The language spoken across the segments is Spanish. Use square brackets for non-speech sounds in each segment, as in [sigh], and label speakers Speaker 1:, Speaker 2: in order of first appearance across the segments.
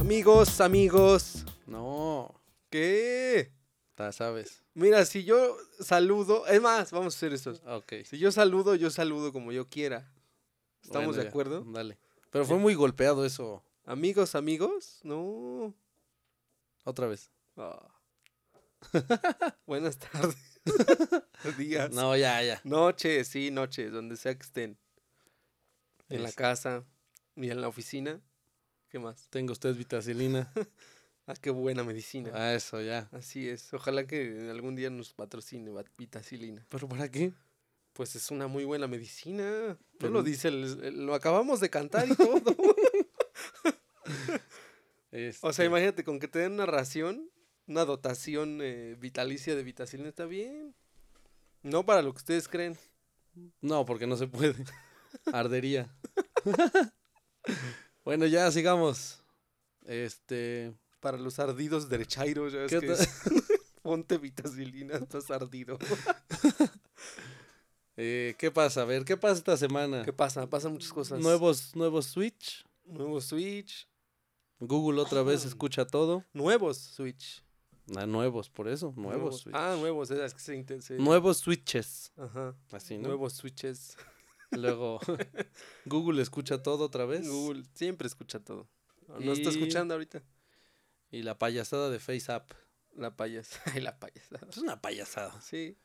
Speaker 1: Amigos, amigos. No. ¿Qué?
Speaker 2: Ya sabes.
Speaker 1: Mira, si yo saludo, es más, vamos a hacer esto.
Speaker 2: Ok.
Speaker 1: Si yo saludo, yo saludo como yo quiera. ¿Estamos
Speaker 2: Bueno,
Speaker 1: de
Speaker 2: ya,
Speaker 1: acuerdo?
Speaker 2: Dale. Pero fue muy golpeado eso.
Speaker 1: Amigos, amigos. No.
Speaker 2: Otra vez.
Speaker 1: Ah. [laughs] Buenas tardes. [laughs] Días.
Speaker 2: No, ya, ya.
Speaker 1: Noches, sí, noches, donde sea que estén. En la
Speaker 2: Es-
Speaker 1: casa y en la oficina. ¿Qué más?
Speaker 2: Tengo
Speaker 1: [laughs]
Speaker 2: usted vitacilina.
Speaker 1: Ah, qué buena medicina.
Speaker 2: ah, eso, ya.
Speaker 1: Así es. Ojalá que algún día nos patrocine va- Vitacilina.
Speaker 2: ¿Pero para qué?
Speaker 1: Pues es una muy buena medicina. No
Speaker 2: Pero-
Speaker 1: lo dice, el- el- lo acabamos de cantar y
Speaker 2: [laughs]
Speaker 1: todo. O sea,
Speaker 2: Este,
Speaker 1: imagínate, con que te den una ración, una dotación eh, vitalicia de vitacilina está bien. No para lo que ustedes creen.
Speaker 2: No, porque no se
Speaker 1: [laughs]
Speaker 2: puede. Ardería. [laughs] bueno, ya sigamos. Este.
Speaker 1: Para los ardidos derechairos, ya ves
Speaker 2: ¿qué
Speaker 1: que
Speaker 2: ta-
Speaker 1: es,
Speaker 2: [laughs]
Speaker 1: [laughs] ponte vitacilina, estás ardido.
Speaker 2: eh, ¿Qué pasa? A ver, ¿qué pasa esta semana?
Speaker 1: ¿Qué pasa? Pasan muchas cosas.
Speaker 2: Nuevos, nuevos Switch.
Speaker 1: Nuevo Switch.
Speaker 2: Google otra vez
Speaker 1: Ah.
Speaker 2: escucha todo.
Speaker 1: Nuevos Switch.
Speaker 2: Ah, nuevos, por eso. Nuevos, Switch.
Speaker 1: Ah, nuevos, es que se intense.
Speaker 2: Nuevos Switches.
Speaker 1: Ajá.
Speaker 2: Así, ¿no?
Speaker 1: Nuevos Switches.
Speaker 2: Luego, [laughs] Google escucha todo otra vez.
Speaker 1: Google siempre escucha todo. No no está
Speaker 2: Y-
Speaker 1: escuchando ahorita.
Speaker 2: Y la payasada de FaceApp.
Speaker 1: La [laughs] payasada. la payasada.
Speaker 2: Es una payasada.
Speaker 1: Sí.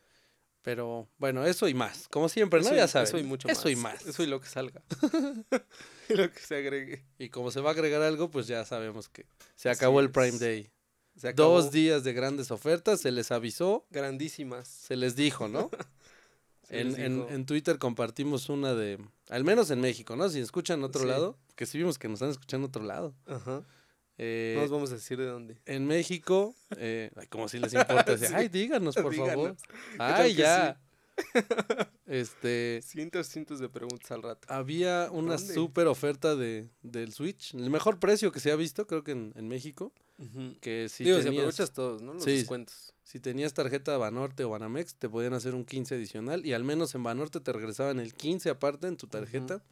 Speaker 2: Pero bueno, eso y más. Como siempre, ¿no?
Speaker 1: eso y-
Speaker 2: ya sabes.
Speaker 1: Eso y mucho
Speaker 2: Eso
Speaker 1: más.
Speaker 2: y más.
Speaker 1: Eso y lo que
Speaker 2: [laughs]
Speaker 1: salga. [laughs] y lo que se agregue.
Speaker 2: Y como se va a agregar algo, pues ya sabemos que se acabó
Speaker 1: Así
Speaker 2: el Prime
Speaker 1: es.
Speaker 2: Day.
Speaker 1: Se acabó.
Speaker 2: Dos días de grandes ofertas, se les avisó,
Speaker 1: Grandísimas.
Speaker 2: se les dijo, ¿no?
Speaker 1: [laughs] Se
Speaker 2: en,
Speaker 1: les
Speaker 2: en-
Speaker 1: dijo.
Speaker 2: en Twitter compartimos una de, al menos en México, ¿no? Si escuchan en otro
Speaker 1: Sí.
Speaker 2: lado, que sí vimos que nos están escuchando en otro lado.
Speaker 1: Ajá.
Speaker 2: Eh,
Speaker 1: No os vamos a decir de dónde.
Speaker 2: En México, eh, ay, como si les importa, así,
Speaker 1: [laughs] Sí.
Speaker 2: ay, díganos, por favor.
Speaker 1: [laughs] Díganos. tal
Speaker 2: Ay,
Speaker 1: que
Speaker 2: ya.
Speaker 1: [laughs]
Speaker 2: este,
Speaker 1: Cientos, cientos de preguntas al rato.
Speaker 2: había una
Speaker 1: ¿Dónde?
Speaker 2: súper oferta de, del Switch, el mejor precio que se ha visto, creo que en, en México, que si
Speaker 1: Digo, si
Speaker 2: tenías...
Speaker 1: aprovechas todos, ¿no? Los
Speaker 2: Sí.
Speaker 1: descuentos.
Speaker 2: Si tenías tarjeta Banorte o Banamex, te podían hacer un 15 adicional y al menos en Banorte te regresaban el 15 aparte en tu tarjeta.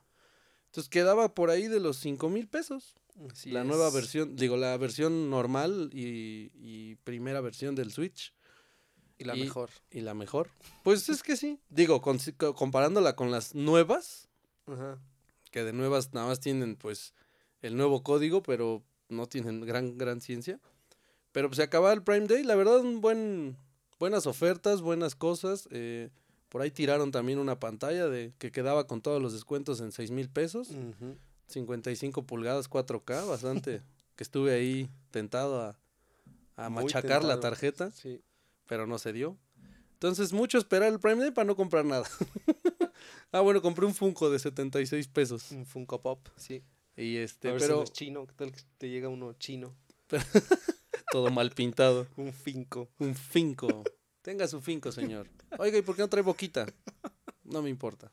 Speaker 2: Entonces quedaba por ahí de los 5 mil pesos.
Speaker 1: Así
Speaker 2: la nueva
Speaker 1: es.
Speaker 2: versión, digo, la versión normal y, y primera versión del Switch
Speaker 1: Y la
Speaker 2: y-
Speaker 1: mejor.
Speaker 2: y la mejor. Pues es que sí. Digo, con- comparándola con las nuevas,
Speaker 1: Ajá.
Speaker 2: que de nuevas nada más tienen pues el nuevo código, pero no tienen gran, gran ciencia. Pero pues se acaba el Prime Day, la verdad, un buen, buenas ofertas, buenas cosas. eh, por ahí tiraron también una pantalla de que quedaba con todos los descuentos en 6 mil pesos,
Speaker 1: Ujú.
Speaker 2: 55 pulgadas,
Speaker 1: [laughs]
Speaker 2: 4K, bastante. que estuve ahí tentado a, a
Speaker 1: Muy
Speaker 2: machacar la
Speaker 1: tentado.
Speaker 2: tarjeta,
Speaker 1: Sí.
Speaker 2: pero no se dio. Entonces, mucho esperar el Prime Day para no comprar nada. [laughs] ah, bueno, compré un Funko de 76 pesos.
Speaker 1: Un Funko Pop. Sí.
Speaker 2: Y este,
Speaker 1: A ver si no
Speaker 2: pero
Speaker 1: es chino. ¿Qué tal que te llega uno chino?
Speaker 2: todo mal pintado.
Speaker 1: Un finco.
Speaker 2: Un finco. Tenga su finco, señor. Oiga, ¿y por qué no trae boquita? No me importa.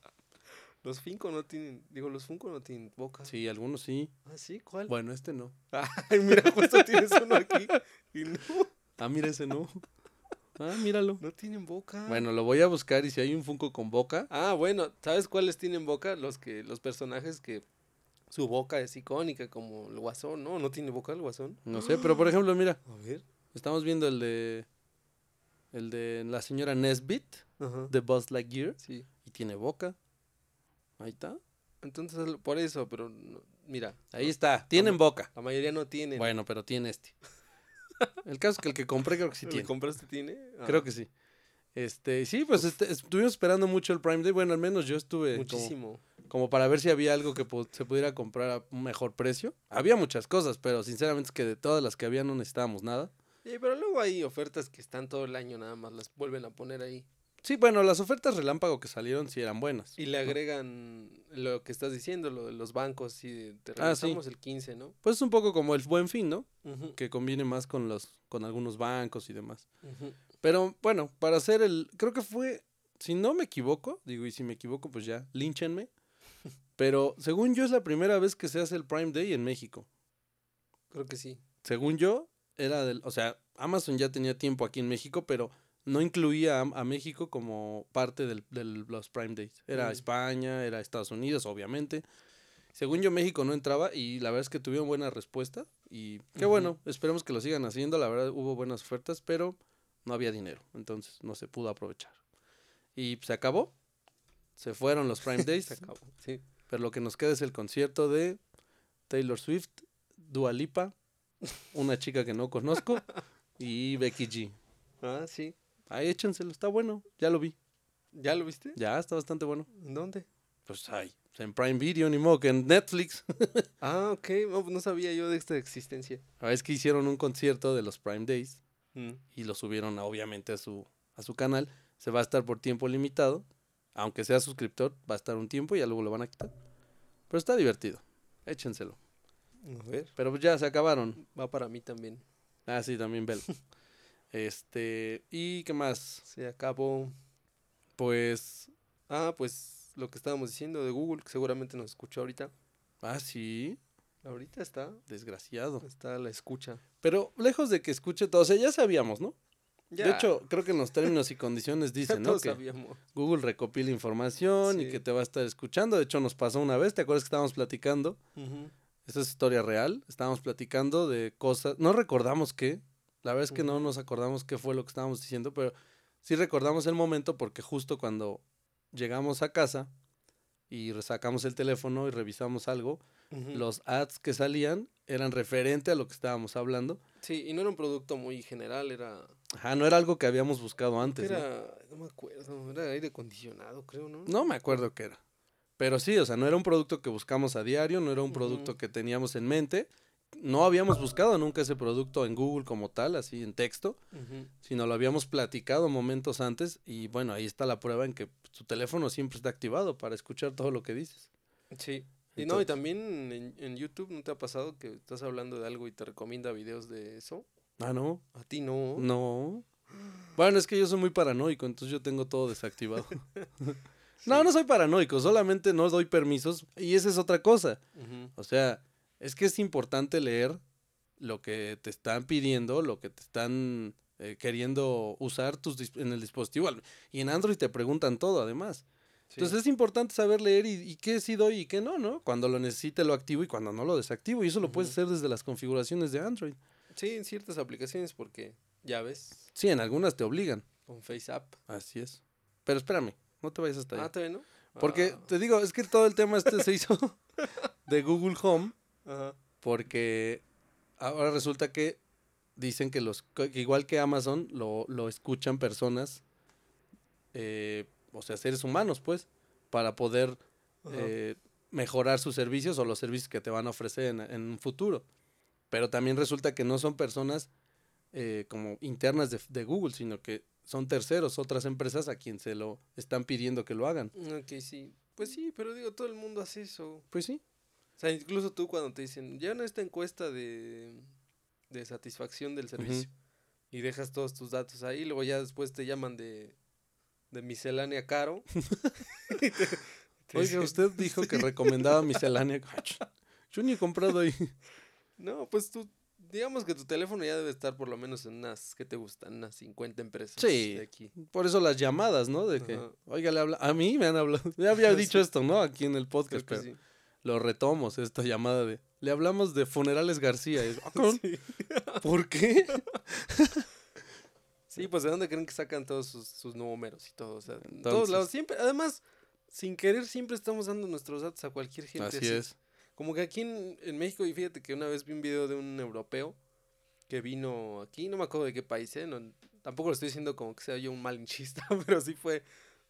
Speaker 1: Los finco no tienen, digo, los funko no tienen boca.
Speaker 2: Sí, algunos sí.
Speaker 1: ¿Ah, sí? ¿Cuál?
Speaker 2: Bueno, este no.
Speaker 1: [laughs] Ay, mira, justo tienes uno aquí y
Speaker 2: [laughs]
Speaker 1: no,
Speaker 2: Ah, mira ese no. Ah, míralo.
Speaker 1: no tienen boca.
Speaker 2: Bueno, lo voy a buscar y si hay un funco con boca.
Speaker 1: Ah, bueno, ¿sabes cuáles tienen boca? Los que, los personajes que su boca es icónica, como el guasón, ¿no? ¿No tiene boca el guasón?
Speaker 2: No sé, pero por ejemplo, mira,
Speaker 1: A ver.
Speaker 2: estamos viendo el de el de la señora Nesbit
Speaker 1: Ajá.
Speaker 2: de Buzz Lightyear
Speaker 1: Sí.
Speaker 2: y tiene boca. Ahí está.
Speaker 1: Entonces, al- por eso, pero no- mira,
Speaker 2: Ahí está, tienen boca.
Speaker 1: la mayoría no Ah, tienen.
Speaker 2: Ah. Bueno, pero tiene este. [laughs] El caso es que el que compré creo que sí
Speaker 1: ¿El
Speaker 2: tiene.
Speaker 1: compraste tiene? Ah,
Speaker 2: Creo que sí. Este, sí, pues este, estuvimos esperando mucho el Prime Day. Bueno, al menos yo estuve eh, como,
Speaker 1: Muchísimo.
Speaker 2: como para ver si había algo que pu- se pudiera comprar a un mejor precio. Había muchas cosas, pero sinceramente es que de todas las que había no necesitábamos nada.
Speaker 1: Sí, pero luego hay ofertas que están todo el año nada más, las vuelven a poner ahí.
Speaker 2: Sí, bueno, las ofertas relámpago que salieron sí eran buenas.
Speaker 1: Y le agregan lo que estás diciendo, lo de los bancos, y de- te
Speaker 2: Ah, sí.
Speaker 1: regresamos el 15, ¿no?
Speaker 2: Pues es un poco como el buen fin, ¿no?
Speaker 1: Ujú,
Speaker 2: Que conviene más con los, con algunos bancos y demás.
Speaker 1: ujú.
Speaker 2: Pero bueno, para hacer el, creo que fue, si no me equivoco, digo, y si me equivoco, pues ya, línchenme. Pero según yo es la primera vez que se hace el Prime Day en México.
Speaker 1: Creo que sí.
Speaker 2: según yo, era del. O sea, Amazon ya tenía tiempo aquí en México, pero no incluía a, a México como parte de los Prime Days. Era
Speaker 1: Mm.
Speaker 2: España, era Estados Unidos, obviamente. Según yo, México no entraba y la verdad es que tuvieron buena respuesta. Y qué bueno, esperemos que lo sigan haciendo. La verdad hubo buenas ofertas, pero no había dinero. Entonces no se pudo aprovechar. Y se acabó. Se fueron los Prime Days.
Speaker 1: Se acabó. Sí.
Speaker 2: Pero lo que nos queda es el concierto de Taylor Swift, Dua Lipa, una chica que no conozco y Becky G.
Speaker 1: Ah, sí.
Speaker 2: Ahí échenselo, está bueno. Ya lo vi.
Speaker 1: ¿Ya lo viste?
Speaker 2: Ya, está bastante bueno.
Speaker 1: ¿Dónde?
Speaker 2: Pues ay, en Prime Video, ni modo que en Netflix.
Speaker 1: Ah, ok. No, no sabía yo de esta existencia.
Speaker 2: Ah, es que hicieron un concierto de los Prime Days
Speaker 1: Mm.
Speaker 2: y lo subieron a- obviamente a su, a su canal. Se va a estar por tiempo limitado. Aunque sea suscriptor, va a estar un tiempo y ya luego lo van a quitar. Pero está divertido. Échenselo.
Speaker 1: A ver.
Speaker 2: Pero pues ya se acabaron.
Speaker 1: Va para mí también.
Speaker 2: Ah, sí, también
Speaker 1: [laughs]
Speaker 2: velo. este, ¿y qué más?
Speaker 1: Se acabó.
Speaker 2: Pues,
Speaker 1: Ah, pues lo que estábamos diciendo de Google, que seguramente nos escucha ahorita.
Speaker 2: ah, sí,
Speaker 1: Ahorita está.
Speaker 2: desgraciado.
Speaker 1: Está la escucha.
Speaker 2: Pero lejos de que escuche todo, o sea, ya sabíamos, ¿no? De
Speaker 1: Ya,
Speaker 2: hecho, creo que en los términos
Speaker 1: [laughs]
Speaker 2: y condiciones
Speaker 1: ya
Speaker 2: dicen, ¿no?
Speaker 1: todos
Speaker 2: Que
Speaker 1: sabíamos.
Speaker 2: Google recopila información y
Speaker 1: Sí.
Speaker 2: que te va a estar escuchando. De hecho, nos pasó una vez, ¿te acuerdas que estábamos platicando?
Speaker 1: Ujú.
Speaker 2: Esa es historia real. Estábamos platicando de cosas, no recordamos qué. La verdad es que no
Speaker 1: Ujú.
Speaker 2: nos acordamos qué fue lo que estábamos diciendo, pero sí recordamos el momento porque justo cuando llegamos a casa y sacamos el teléfono y revisamos algo,
Speaker 1: Ujú.
Speaker 2: los ads que salían eran referente a lo que estábamos hablando.
Speaker 1: Sí, y no era un producto muy general, era...
Speaker 2: Ajá, no era algo que habíamos buscado antes. ¿no?
Speaker 1: era ¿no? me acuerdo, era aire acondicionado, creo, ¿no?
Speaker 2: No me acuerdo qué era. Pero sí, o sea, no era un producto que buscamos a diario, no era un
Speaker 1: Ujú.
Speaker 2: producto que teníamos en mente. No habíamos buscado nunca ese producto en Google como tal, así en texto,
Speaker 1: Ujú.
Speaker 2: sino lo habíamos platicado momentos antes y bueno, ahí está la prueba en que tu teléfono siempre está activado para escuchar todo lo que dices.
Speaker 1: Sí. Y no, y
Speaker 2: Entonces-
Speaker 1: también en, en YouTube, ¿no te ha pasado que estás hablando de algo y te recomienda videos de eso?
Speaker 2: Ah, no,
Speaker 1: A ti no.
Speaker 2: no. Bueno, es que yo soy muy paranoico, entonces yo tengo todo [laughs] desactivado.
Speaker 1: Sí.
Speaker 2: No, no soy paranoico, solamente no doy permisos y esa es otra cosa.
Speaker 1: Ujú.
Speaker 2: O sea, es que es importante leer lo que te están pidiendo, lo que te están eh, queriendo usar tus dis- en el dispositivo. Al- Y en Android te preguntan todo, además.
Speaker 1: Sí.
Speaker 2: Entonces es importante saber leer y, y qué sí doy y qué no, ¿no? Cuando lo necesite lo activo y cuando no lo desactivo. Y eso lo puedes
Speaker 1: Ujú.
Speaker 2: hacer desde las configuraciones de Android.
Speaker 1: Sí, en ciertas aplicaciones porque ya ves,
Speaker 2: Sí, en algunas te obligan.
Speaker 1: con FaceApp.
Speaker 2: Así es. Pero espérame, no te vayas hasta
Speaker 1: Ah,
Speaker 2: allá.
Speaker 1: todavía no.
Speaker 2: Porque
Speaker 1: Ah,
Speaker 2: te digo, es que todo el tema este
Speaker 1: [laughs]
Speaker 2: se hizo de Google Home
Speaker 1: ajá.
Speaker 2: porque ahora resulta que dicen que los que igual que Amazon lo, lo escuchan personas eh, o sea seres humanos pues para poder
Speaker 1: Ajá.
Speaker 2: eh, mejorar sus servicios o los servicios que te van a ofrecer en, en un futuro pero también resulta que no son personas eh, como internas de, de Google sino que son terceros otras empresas a quien se lo están pidiendo que lo hagan
Speaker 1: Ok, sí. Pues sí, pero digo, todo el mundo hace eso.
Speaker 2: pues sí
Speaker 1: O sea, incluso tú cuando te dicen, ya en esta encuesta de, de satisfacción del servicio y dejas todos tus datos ahí, luego ya después te llaman de, de miscelánea [laughs] caro. y te- [laughs] te
Speaker 2: oiga
Speaker 1: dicen,
Speaker 2: usted dijo
Speaker 1: [laughs]
Speaker 2: que recomendaba miscelánea yo ni he comprado ahí
Speaker 1: No, pues tú, digamos que tu teléfono ya debe estar por lo menos en unas, ¿qué te gustan? Unas 50 empresas
Speaker 2: Sí.
Speaker 1: de aquí.
Speaker 2: Por eso las llamadas, ¿no? De que,
Speaker 1: Ajá. Pues
Speaker 2: oiga, le habla. A mí me han hablado. [laughs] Ya había
Speaker 1: Sí.
Speaker 2: dicho esto, ¿no? Aquí en el
Speaker 1: Creo
Speaker 2: podcast,
Speaker 1: que
Speaker 2: pero
Speaker 1: sí.
Speaker 2: lo retomos, esta llamada de. Le hablamos de Funerales García. Es, "Ah, cabrón,
Speaker 1: Sí.
Speaker 2: ¿Por qué?
Speaker 1: [laughs] Sí, pues de dónde creen que sacan todos sus, sus números y todo. O sea, en todos
Speaker 2: Entonces-
Speaker 1: lados. Siempre, además, sin querer, siempre estamos dando nuestros datos a cualquier gente.
Speaker 2: Así es.
Speaker 1: Como que aquí en, en México, y fíjate que una vez vi un video de un europeo que vino aquí, no me acuerdo de qué país, ¿eh? no- tampoco lo estoy diciendo como que sea yo un malinchista, [laughs] pero sí fue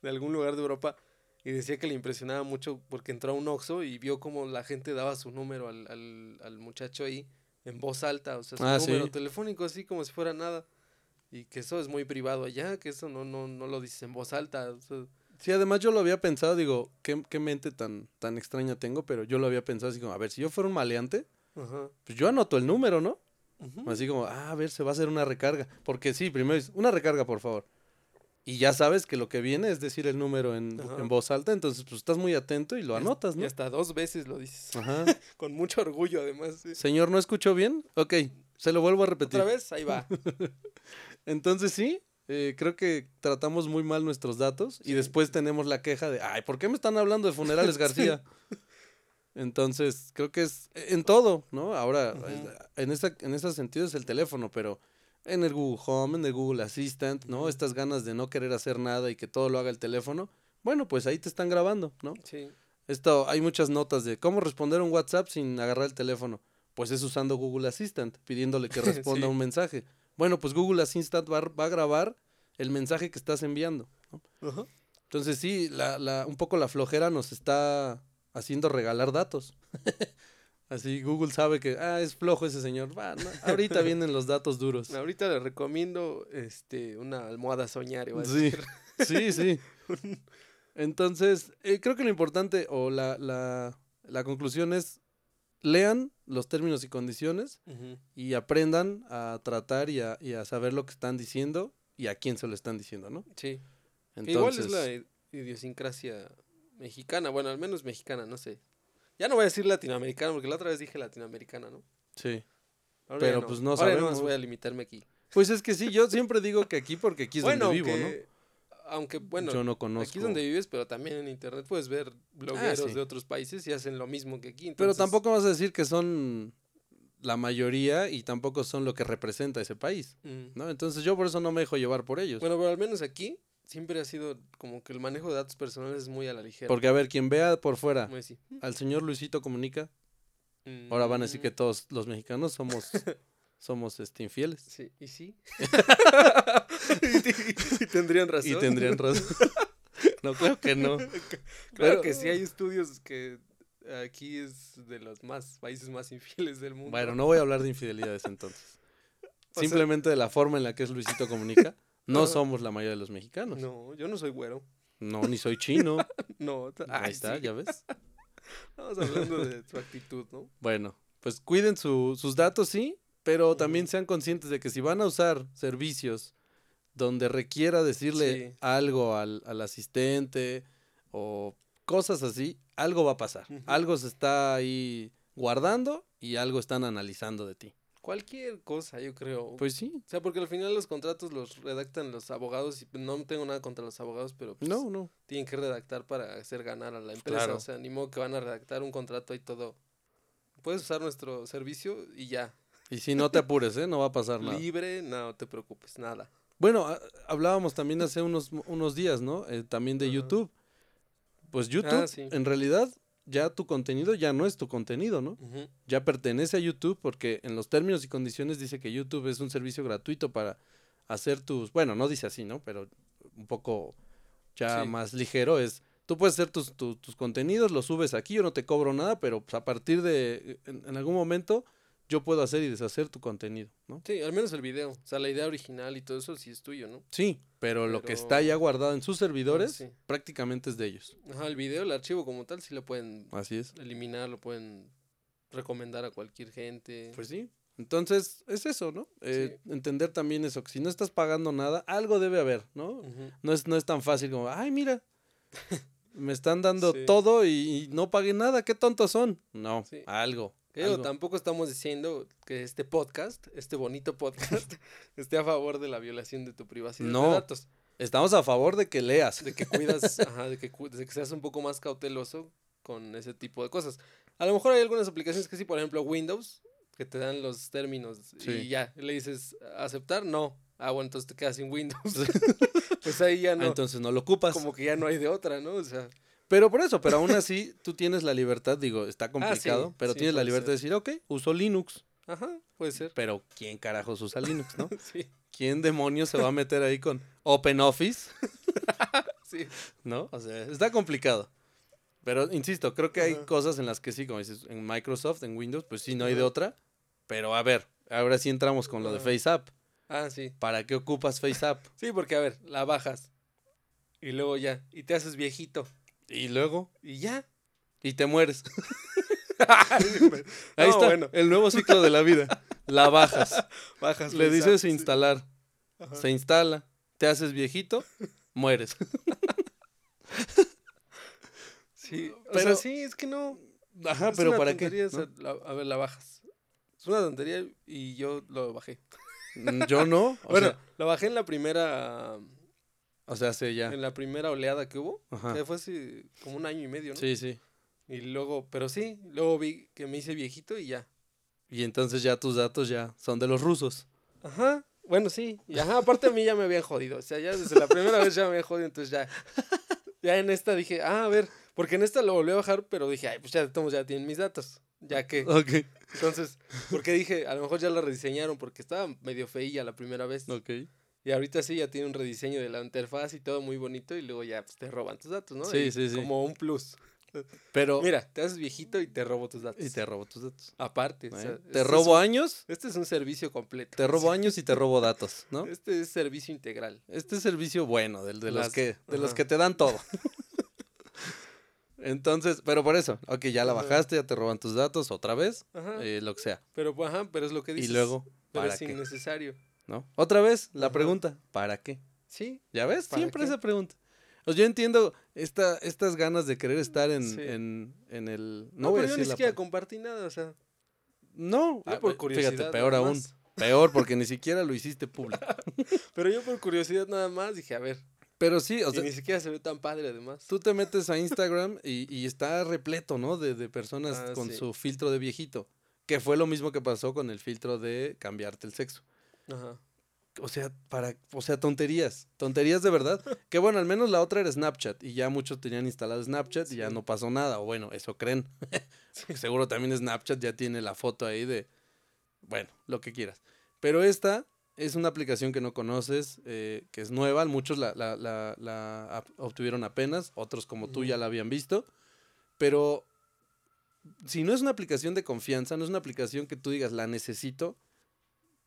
Speaker 1: de algún lugar de Europa. Y decía que le impresionaba mucho porque entró a un Oxxo y vio como la gente daba su número al, al, al muchacho ahí en voz alta, o sea, su
Speaker 2: Ah,
Speaker 1: número
Speaker 2: sí.
Speaker 1: telefónico así como si fuera nada. Y que eso es muy privado allá, que eso no, no, no lo dices en voz alta. o sea,
Speaker 2: Sí, además yo lo había pensado, digo, qué, qué mente tan, tan extraña tengo, pero yo lo había pensado así como, a ver, si yo fuera un maleante,
Speaker 1: ajá.
Speaker 2: pues yo anoto el número, ¿no?
Speaker 1: Ujú.
Speaker 2: Así como, ah, a ver, se va a hacer una recarga. Porque sí, primero es una recarga, por favor. Y ya sabes que lo que viene es decir el número en,
Speaker 1: Ajá.
Speaker 2: en voz alta, entonces pues estás muy atento y lo
Speaker 1: Y hasta-
Speaker 2: anotas,
Speaker 1: Y
Speaker 2: ¿no?
Speaker 1: hasta dos veces lo dices.
Speaker 2: Ajá.
Speaker 1: Con mucho orgullo, además. sí.
Speaker 2: Señor, ¿no escuchó bien? Ok, se lo vuelvo a repetir.
Speaker 1: Otra vez, ahí
Speaker 2: [laughs]
Speaker 1: va.
Speaker 2: Entonces sí, eh, creo que tratamos muy mal nuestros datos y
Speaker 1: Sí. [laughs]
Speaker 2: después tenemos la queja de, ay, ¿por qué me están hablando de funerales García? Entonces, creo que es en todo, ¿no? Ahora,
Speaker 1: Ujú.
Speaker 2: es- en, esta, en este sentido es el teléfono, pero en el Google Home, en el Google Assistant, ¿no?
Speaker 1: Ujú.
Speaker 2: Estas ganas de no querer hacer nada y que todo lo haga el teléfono. Bueno, pues ahí te están grabando, ¿no?
Speaker 1: Sí.
Speaker 2: Esto, hay muchas notas de cómo responder un WhatsApp sin agarrar el teléfono. Pues es usando Google Assistant, pidiéndole que responda
Speaker 1: Sí.
Speaker 2: un mensaje. Bueno, pues Google Assistant va, a- va a grabar el mensaje que estás enviando.
Speaker 1: Ajá.
Speaker 2: Entonces sí, la, la- un poco la flojera nos está haciendo regalar datos. [laughs] Así Google sabe que, ah, es flojo ese señor. Va, no, ahorita vienen los datos duros.
Speaker 1: Ahorita le recomiendo este una almohada soñar. iba a [laughs]
Speaker 2: Sí,
Speaker 1: decir. [laughs]
Speaker 2: sí, sí. Entonces, eh, creo que lo importante o la, la, la conclusión es, lean los términos y condiciones
Speaker 1: Ujú.
Speaker 2: y aprendan a tratar y a, y a saber lo que están diciendo y a quién se lo están diciendo, ¿no?
Speaker 1: Sí. Que
Speaker 2: Entonces,
Speaker 1: Igual es la i- idiosincrasia mexicana, bueno, al menos mexicana, no sé. Ya no voy a decir latinoamericana, porque la otra vez dije latinoamericana, ¿no?
Speaker 2: sí.
Speaker 1: Ahora
Speaker 2: Pero,
Speaker 1: ya no.
Speaker 2: pues, no
Speaker 1: Ahora ya
Speaker 2: sabemos.
Speaker 1: más voy a limitarme aquí.
Speaker 2: Pues es que sí, yo siempre digo que aquí porque aquí es donde vivo, ¿no?
Speaker 1: aunque, aunque, bueno,
Speaker 2: yo no conozco. Ah,
Speaker 1: aquí es donde vives, pero también en internet puedes ver blogueros
Speaker 2: sí.
Speaker 1: de otros países y hacen lo mismo que aquí.
Speaker 2: Pero
Speaker 1: entonces-
Speaker 2: tampoco vas a decir que son la mayoría y tampoco son lo que representa ese país,
Speaker 1: Mm.
Speaker 2: ¿no? Entonces yo por eso no me dejo llevar por ellos.
Speaker 1: Bueno, pero al menos aquí siempre ha sido como que el manejo de datos personales es muy a la ligera.
Speaker 2: Porque a ver, quien vea por fuera
Speaker 1: Muy así.
Speaker 2: al señor Luisito Comunica, ahora van a decir que
Speaker 1: Mm,
Speaker 2: todos los mexicanos
Speaker 1: [laughs]
Speaker 2: somos somos este infieles.
Speaker 1: Sí, y sí. y, t- [laughs] y tendrían razón.
Speaker 2: [laughs] Y tendrían razón.
Speaker 1: [laughs]
Speaker 2: no creo que no.
Speaker 1: Claro
Speaker 2: Pero-
Speaker 1: que sí hay estudios que aquí es de los más países más infieles del mundo.
Speaker 2: Bueno, no voy a hablar de infidelidades entonces.
Speaker 1: sea-
Speaker 2: Simplemente de la forma en la que es Luisito Comunica,
Speaker 1: [laughs]
Speaker 2: no
Speaker 1: Ajá.
Speaker 2: somos la mayoría de los mexicanos.
Speaker 1: No, yo no soy güero.
Speaker 2: No, ni
Speaker 1: [laughs]
Speaker 2: soy chino.
Speaker 1: No, t-
Speaker 2: Ahí
Speaker 1: ay,
Speaker 2: está,
Speaker 1: sí.
Speaker 2: ya ves.
Speaker 1: Estamos hablando de
Speaker 2: [laughs]
Speaker 1: su actitud, ¿no?
Speaker 2: Bueno, pues cuiden su- sus datos, sí, pero también
Speaker 1: Ujú.
Speaker 2: sean conscientes de que si van a usar servicios donde requiera decirle
Speaker 1: Sí.
Speaker 2: algo al, al asistente o cosas así, algo va a pasar.
Speaker 1: Ujú.
Speaker 2: Algo se está ahí guardando y algo están analizando de ti.
Speaker 1: Cualquier cosa, yo creo.
Speaker 2: Pues sí,
Speaker 1: o sea, porque al final los contratos los redactan los abogados y pues, no tengo nada contra los abogados, pero pues,
Speaker 2: no, no.
Speaker 1: tienen que redactar para hacer ganar a la empresa.
Speaker 2: Claro.
Speaker 1: O sea, ni modo que van a redactar un contrato y todo. Puedes usar nuestro servicio y ya.
Speaker 2: Y
Speaker 1: [laughs]
Speaker 2: si no te apures, ¿eh? No va a pasar nada.
Speaker 1: Libre, no te preocupes, nada.
Speaker 2: Bueno, a- hablábamos también hace unos, unos días, ¿no? Eh, también de
Speaker 1: Ajá. Ah,
Speaker 2: YouTube. Pues YouTube,
Speaker 1: sí.
Speaker 2: en realidad, ya tu contenido ya no es tu contenido, ¿no?
Speaker 1: Ujú.
Speaker 2: ya pertenece a YouTube porque en los términos y condiciones dice que YouTube es un servicio gratuito para hacer tus, bueno, no dice así, ¿no? Pero un poco ya
Speaker 1: Sí.
Speaker 2: más ligero es, tú puedes hacer tus, tu- tus contenidos, los subes aquí, yo no te cobro nada, pero pues, a partir de, en, en algún momento, yo puedo hacer y deshacer tu contenido, ¿no?
Speaker 1: Sí, al menos el video. O sea, la idea original y todo eso sí es tuyo, ¿no?
Speaker 2: Sí, pero, lo que está
Speaker 1: Pero- Ah,
Speaker 2: ya guardado en sus servidores
Speaker 1: sí.
Speaker 2: prácticamente es de ellos.
Speaker 1: Ajá, el video, el archivo como tal, sí lo pueden
Speaker 2: Así es.
Speaker 1: eliminar, lo pueden recomendar a cualquier gente.
Speaker 2: Pues sí. Entonces, es eso, ¿no? Eh, Entender también eso, que si no estás pagando nada, algo debe haber, ¿no?
Speaker 1: Ujú.
Speaker 2: No es, no es tan fácil como,
Speaker 1: [laughs]
Speaker 2: ay, mira, me están dando
Speaker 1: Sí.
Speaker 2: todo y, y no pagué nada, qué tontos son. No,
Speaker 1: Sí.
Speaker 2: algo.
Speaker 1: Que digo,
Speaker 2: algo.
Speaker 1: tampoco estamos diciendo que este podcast, este bonito podcast, [laughs] esté a favor de la violación de tu privacidad
Speaker 2: No.
Speaker 1: de datos.
Speaker 2: Estamos a favor de que leas.
Speaker 1: De que cuidas, ajá, de que, cu- de que seas un poco más cauteloso con ese tipo de cosas. A lo mejor hay algunas aplicaciones que sí, por ejemplo Windows, que te dan los términos
Speaker 2: Sí.
Speaker 1: y ya, le dices, ¿aceptar? No. Ah, bueno, entonces te quedas sin Windows. [laughs] pues ahí ya
Speaker 2: Ah,
Speaker 1: no.
Speaker 2: Entonces no lo ocupas.
Speaker 1: como que ya no hay de otra, ¿no? O sea,
Speaker 2: Pero por eso, pero aún así tú tienes la libertad, digo, está complicado, pero
Speaker 1: Ah, sí,
Speaker 2: tienes la
Speaker 1: puede
Speaker 2: libertad de decir, ok, uso Linux.
Speaker 1: ajá, puede ser. [laughs]
Speaker 2: Pero ¿quién carajos usa Linux, no?
Speaker 1: Sí,
Speaker 2: ¿Quién demonios se va a meter ahí con OpenOffice?
Speaker 1: sí.
Speaker 2: ¿No? O sea, está complicado. Pero insisto, creo que hay
Speaker 1: Ajá.
Speaker 2: cosas en las que sí, como dices, en Microsoft, en Windows, pues sí, no hay de
Speaker 1: Ajá.
Speaker 2: otra. Pero a ver, ahora sí entramos con lo de
Speaker 1: Ajá.
Speaker 2: FaceApp.
Speaker 1: Ah, sí.
Speaker 2: ¿Para qué ocupas FaceApp?
Speaker 1: Sí, porque a ver, la bajas. Y luego ya. Y te haces viejito.
Speaker 2: Y luego,
Speaker 1: Y ya.
Speaker 2: y
Speaker 1: [laughs]
Speaker 2: te mueres. Ahí
Speaker 1: No,
Speaker 2: está,
Speaker 1: bueno.
Speaker 2: el nuevo ciclo de la vida. La bajas,
Speaker 1: Bajas.
Speaker 2: le
Speaker 1: Luisa.
Speaker 2: dices
Speaker 1: Sí.
Speaker 2: instalar,
Speaker 1: Ajá.
Speaker 2: se instala, te haces viejito,
Speaker 1: [laughs]
Speaker 2: mueres.
Speaker 1: Sí. O sea,
Speaker 2: Pero-
Speaker 1: sí, es que no.
Speaker 2: Ajá,
Speaker 1: es
Speaker 2: pero
Speaker 1: una
Speaker 2: ¿para qué?
Speaker 1: tontería, o
Speaker 2: ¿No?
Speaker 1: sea, la- a ver, la bajas. Es una tontería y yo lo bajé.
Speaker 2: Mm, Yo no. O
Speaker 1: bueno,
Speaker 2: sea,
Speaker 1: lo bajé en la primera.
Speaker 2: o sea, sí, ya.
Speaker 1: En la primera oleada que hubo.
Speaker 2: Ajá.
Speaker 1: que fue hace como un año y medio, ¿no?
Speaker 2: Sí, sí.
Speaker 1: Y luego, pero sí, luego vi que me hice viejito y ya.
Speaker 2: Y entonces ya tus datos ya son de los rusos.
Speaker 1: Ajá, bueno, sí. Y ajá, aparte a mí ya me habían jodido. O sea, ya desde la primera vez ya me habían jodido, entonces ya. Ya en esta dije, ah, a ver, porque en esta lo volví a bajar, pero dije, ay, pues ya todos ya tienen mis datos. Ya que.
Speaker 2: Ok,
Speaker 1: Entonces, porque dije, a lo mejor ya la rediseñaron porque estaba medio feilla la primera vez.
Speaker 2: ok.
Speaker 1: Y ahorita sí ya tiene un rediseño de la interfaz y todo muy bonito y luego ya pues, te roban tus datos, ¿no?
Speaker 2: Sí,
Speaker 1: Y
Speaker 2: sí, sí.
Speaker 1: Como un plus.
Speaker 2: Pero...
Speaker 1: Mira, te haces viejito y te robo tus datos.
Speaker 2: Y te robo tus datos.
Speaker 1: Aparte, o sea,
Speaker 2: ¿eh?
Speaker 1: este
Speaker 2: Te
Speaker 1: es
Speaker 2: robo
Speaker 1: un-
Speaker 2: años,
Speaker 1: este es un servicio completo.
Speaker 2: te robo años y te robo datos, ¿no?
Speaker 1: Este es servicio integral.
Speaker 2: Este servicio bueno, del de los
Speaker 1: Las-
Speaker 2: que, de los
Speaker 1: ajá.
Speaker 2: que te
Speaker 1: [laughs]
Speaker 2: dan todo. Entonces, pero por eso, ok, ya la
Speaker 1: Ajá.
Speaker 2: bajaste, ya te roban tus datos otra vez,
Speaker 1: Ajá.
Speaker 2: eh, lo que sea.
Speaker 1: pero, ajá, pero es lo que dices.
Speaker 2: Y luego,
Speaker 1: Pero
Speaker 2: ¿para
Speaker 1: es
Speaker 2: qué?
Speaker 1: innecesario.
Speaker 2: ¿No? Otra vez, la
Speaker 1: Ajá.
Speaker 2: pregunta, ¿para qué?
Speaker 1: Sí,
Speaker 2: ¿Ya ves?
Speaker 1: ¿Para
Speaker 2: Siempre
Speaker 1: qué?
Speaker 2: esa pregunta. Pues yo entiendo esta, estas ganas de querer estar en,
Speaker 1: Mm, Sí.
Speaker 2: en, en el... No,
Speaker 1: no,
Speaker 2: voy a
Speaker 1: pero yo ni
Speaker 2: decir la
Speaker 1: siquiera
Speaker 2: pa-
Speaker 1: compartí nada, o sea,
Speaker 2: No,
Speaker 1: yo
Speaker 2: ah,
Speaker 1: por
Speaker 2: eh,
Speaker 1: curiosidad.
Speaker 2: fíjate,
Speaker 1: nada
Speaker 2: peor aún.
Speaker 1: más.
Speaker 2: Peor porque ni siquiera lo hiciste público.
Speaker 1: Pero yo por curiosidad nada más dije, a ver,
Speaker 2: Pero sí, o sea,
Speaker 1: y ni siquiera se ve tan padre además.
Speaker 2: tú te metes a Instagram y, y está repleto, ¿no? De, de personas
Speaker 1: Ah,
Speaker 2: con
Speaker 1: sí.
Speaker 2: su filtro de viejito. Que fue lo mismo que pasó con el filtro de cambiarte el sexo.
Speaker 1: Ajá.
Speaker 2: O sea, para, o sea, tonterías, tonterías
Speaker 1: [laughs]
Speaker 2: de verdad. Que bueno, al menos la otra era Snapchat y ya muchos tenían instalado Snapchat y ya
Speaker 1: Sí.
Speaker 2: no pasó nada, o bueno, eso creen. [laughs] Porque Seguro también Snapchat ya tiene la foto ahí de, bueno, lo que quieras. Pero esta es una aplicación que no conoces, eh, que es nueva, muchos la, la- la- la ap- obtuvieron apenas, otros como tú
Speaker 1: Ujú.
Speaker 2: ya la habían visto, pero si no es una aplicación de confianza, no es una aplicación que tú digas la necesito,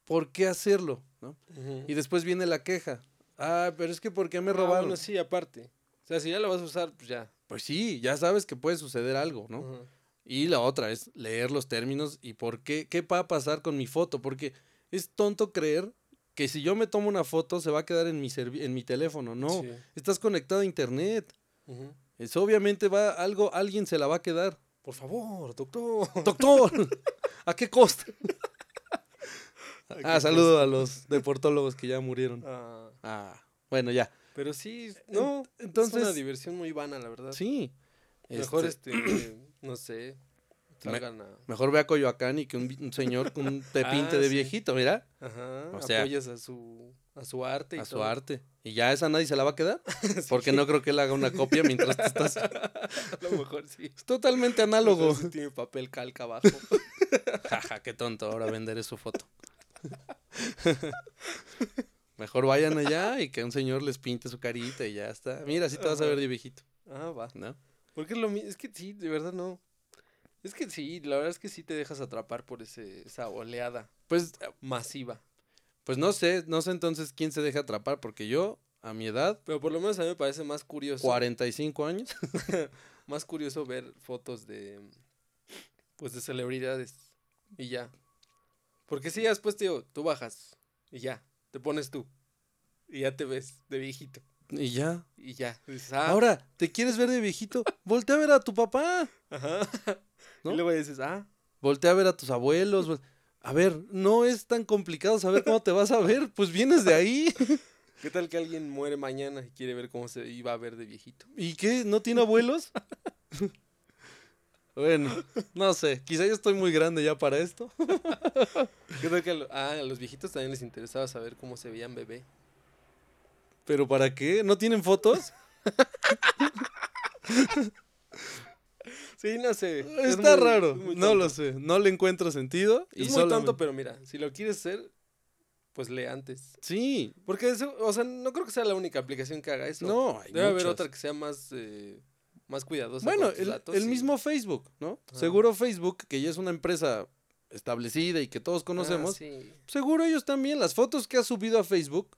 Speaker 2: ¿por qué hacerlo? ¿No?
Speaker 1: Ujú.
Speaker 2: Y después viene la queja. Ah, pero es que ¿por qué me
Speaker 1: Ah,
Speaker 2: robaron?
Speaker 1: bueno, sí, aparte. O sea, si ya lo vas a usar, pues ya.
Speaker 2: Pues sí, ya sabes que puede suceder algo, ¿no?
Speaker 1: Ajá.
Speaker 2: Y la otra es leer los términos y por qué, qué va a pasar con mi foto, porque es tonto creer que si yo me tomo una foto se va a quedar en mi, servi- en mi teléfono, no.
Speaker 1: Sí.
Speaker 2: Estás conectado a internet.
Speaker 1: Ujú.
Speaker 2: Es obviamente va algo, alguien se la va a quedar. [laughs]
Speaker 1: Por favor, doctor.
Speaker 2: Doctor, ¿a
Speaker 1: [laughs]
Speaker 2: qué coste?
Speaker 1: qué
Speaker 2: ah, saludo a los deportólogos que ya murieron.
Speaker 1: Ah,
Speaker 2: Ah, bueno, ya.
Speaker 1: pero sí, no,
Speaker 2: Entonces,
Speaker 1: es una diversión muy vana, la verdad.
Speaker 2: sí.
Speaker 1: Mejor este,
Speaker 2: Este-
Speaker 1: [clears throat] que, no sé,
Speaker 2: Me-
Speaker 1: salgan a...
Speaker 2: Mejor ve a Coyoacán y que un, vi- un señor [laughs] con te
Speaker 1: Ah,
Speaker 2: pinte de
Speaker 1: sí.
Speaker 2: viejito, mira,
Speaker 1: Ajá,
Speaker 2: O sea,
Speaker 1: apoyas a su, a su arte y
Speaker 2: a su
Speaker 1: todo.
Speaker 2: arte. Y ya esa nadie se la va a [laughs] quedar, porque no creo que él haga una copia mientras tú estás. [laughs] Es
Speaker 1: [laughs] A lo mejor sí.
Speaker 2: totalmente
Speaker 1: A lo
Speaker 2: [laughs] análogo.
Speaker 1: mejor sí tiene papel calca abajo.
Speaker 2: [laughs] Jaja, qué tonto, ahora venderé su foto. [laughs] Mejor vayan allá y que un señor les pinte su carita y ya está. Mira, así te vas a ver de viejito,
Speaker 1: Ah, va.
Speaker 2: ¿no?
Speaker 1: Porque es lo mi- es que sí, de verdad no. Es que sí, la verdad es que sí te dejas atrapar por ese, esa oleada eh,
Speaker 2: Pues,
Speaker 1: masiva.
Speaker 2: pues no sé, no sé entonces quién se deja atrapar, porque yo, a mi edad,
Speaker 1: Pero por lo menos a mí me parece más
Speaker 2: Pues
Speaker 1: curioso.
Speaker 2: 45 años, [laughs]
Speaker 1: Más curioso ver fotos de. Pues de celebridades. Y ya. Porque si ya después, tío, tú bajas. Y ya. Te pones tú. Y ya te ves de viejito.
Speaker 2: y ya.
Speaker 1: Y ya. Dices, ah,
Speaker 2: Ahora, ¿te quieres ver de viejito? Voltea a ver a tu papá.
Speaker 1: Ajá.
Speaker 2: ¿No?
Speaker 1: Y luego dices, ah,
Speaker 2: Voltea a ver a tus abuelos. vol- A ver, no es tan complicado saber cómo te vas a ver. Pues vienes de ahí.
Speaker 1: ¿qué tal que alguien muere mañana y quiere ver cómo se iba a ver de viejito?
Speaker 2: ¿Y qué? ¿No tiene abuelos? [laughs] Bueno, no sé. Quizá yo estoy muy grande ya para esto.
Speaker 1: ¿Qué tal que a, lo- ah, a los viejitos también les interesaba saber cómo se veían bebé?
Speaker 2: ¿Pero para qué? ¿No tienen fotos?
Speaker 1: Sí, no sé. [laughs] es
Speaker 2: Está
Speaker 1: muy-
Speaker 2: raro.
Speaker 1: es muy
Speaker 2: No lo
Speaker 1: tonto.
Speaker 2: sé. No le encuentro sentido.
Speaker 1: Es muy tonto, pero mira, si lo quieres hacer, pues lee antes.
Speaker 2: Sí.
Speaker 1: Porque eso, o sea, no creo que sea la única aplicación que haga eso.
Speaker 2: No, hay
Speaker 1: Debe haber
Speaker 2: muchas.
Speaker 1: otra que sea más, eh, más cuidadosa. con
Speaker 2: Bueno,
Speaker 1: tus
Speaker 2: el,
Speaker 1: datos
Speaker 2: el
Speaker 1: y-
Speaker 2: mismo Facebook, ¿no?
Speaker 1: Ah.
Speaker 2: Seguro Facebook, que ya es una empresa establecida y que todos
Speaker 1: Ah,
Speaker 2: conocemos,
Speaker 1: sí.
Speaker 2: Seguro ellos también. Las fotos que ha subido a Facebook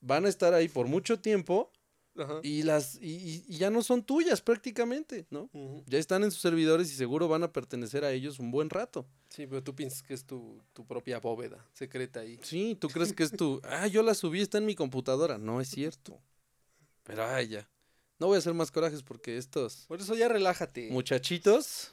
Speaker 2: van a estar ahí por mucho tiempo
Speaker 1: Ajá.
Speaker 2: y las y, y- y ya no son tuyas prácticamente, ¿no?
Speaker 1: Ujú.
Speaker 2: Ya están en sus servidores y seguro van a pertenecer a ellos un buen rato.
Speaker 1: Sí, pero tú piensas que es tu, tu propia bóveda secreta ahí.
Speaker 2: Sí, tú crees que es tu, ah, yo la subí, está en mi computadora. No es cierto. Pero ay, ya. No voy a hacer más corajes porque estos
Speaker 1: Por eso ya relájate.
Speaker 2: muchachitos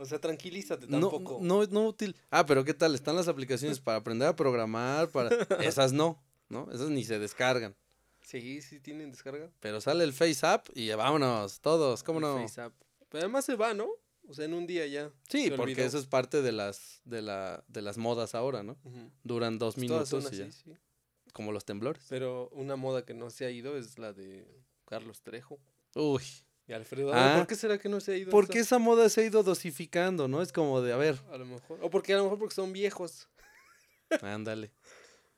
Speaker 1: O sea, tranquilízate
Speaker 2: no,
Speaker 1: tampoco.
Speaker 2: no, no útil. Ah, pero ¿qué tal? Están las aplicaciones para aprender a programar, para esas no, ¿no? Esas ni se descargan.
Speaker 1: Sí, sí tienen descarga.
Speaker 2: Pero sale el Face App y vámonos, todos, ¿cómo
Speaker 1: El
Speaker 2: no?
Speaker 1: Face App. Pero además se va, ¿no? O sea, en un día ya.
Speaker 2: Sí,
Speaker 1: se
Speaker 2: porque
Speaker 1: olvidó.
Speaker 2: eso es parte de las, de, la, de las modas ahora, ¿no?
Speaker 1: Ujú. Pues
Speaker 2: Duran dos
Speaker 1: Todas
Speaker 2: minutos
Speaker 1: son
Speaker 2: y ya.
Speaker 1: así, sí.
Speaker 2: Como los temblores.
Speaker 1: Pero una moda que no se ha ido es la de Carlos Trejo
Speaker 2: Uy.
Speaker 1: y Alfredo.
Speaker 2: Ah.
Speaker 1: Adame. ¿Por qué será que no se ha ido?
Speaker 2: Porque esa moda se ha ido dosificando, ¿no? Es como de, a ver,
Speaker 1: esa- A lo mejor. O porque a lo mejor porque son viejos.
Speaker 2: ándale.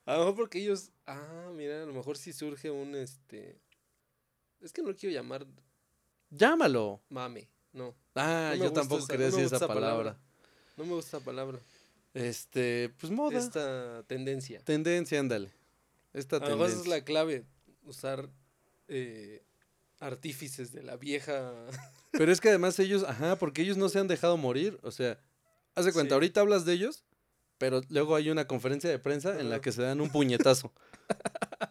Speaker 1: A lo mejor porque ellos. Ah, mira, a lo mejor sí surge un este. Es que no lo quiero llamar
Speaker 2: Llámalo.
Speaker 1: mame. No.
Speaker 2: Ah,
Speaker 1: No me
Speaker 2: yo
Speaker 1: gusta
Speaker 2: tampoco
Speaker 1: esa-
Speaker 2: quería
Speaker 1: no me
Speaker 2: decir
Speaker 1: gusta
Speaker 2: esa
Speaker 1: esa palabra.
Speaker 2: palabra.
Speaker 1: No me gusta la palabra.
Speaker 2: Este, pues moda.
Speaker 1: Esta tendencia.
Speaker 2: Tendencia, ándale. Esta
Speaker 1: A lo mejor esa es
Speaker 2: tendencia.
Speaker 1: la clave. Usar eh, artífices de la vieja.
Speaker 2: Pero es que además ellos, ajá, porque ellos no se han dejado morir. O sea, haz de cuenta,
Speaker 1: Sí.
Speaker 2: ahorita hablas de ellos, pero luego hay una conferencia de prensa en la
Speaker 1: Ajá.
Speaker 2: que se dan un puñetazo.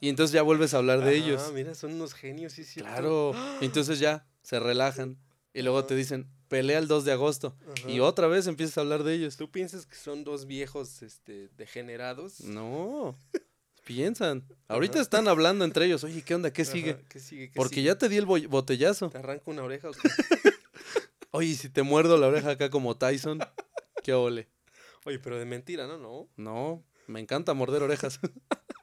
Speaker 2: y entonces ya vuelves a hablar de ellos.
Speaker 1: Ah, mira, son unos genios, sí, sí.
Speaker 2: Claro. Entonces ya se relajan. Y luego
Speaker 1: Ajá.
Speaker 2: te dicen, pelea el 2 de agosto. Y
Speaker 1: Ajá.
Speaker 2: otra vez empiezas a hablar de ellos.
Speaker 1: ¿Tú piensas que son dos viejos este, degenerados?
Speaker 2: No. Piensan. Ahorita
Speaker 1: Ajá.
Speaker 2: están hablando entre ellos. Oye, ¿qué onda? ¿Qué
Speaker 1: Ajá,
Speaker 2: sigue?
Speaker 1: ¿Qué sigue? ¿Qué
Speaker 2: Porque
Speaker 1: sigue?
Speaker 2: ya te di el bo- botellazo.
Speaker 1: ¿Te arranca una oreja o qué?
Speaker 2: Oye, si te muerdo la oreja acá como Tyson, qué ole.
Speaker 1: Oye, pero de mentira, ¿no? No.
Speaker 2: No, me encanta morder orejas. [laughs]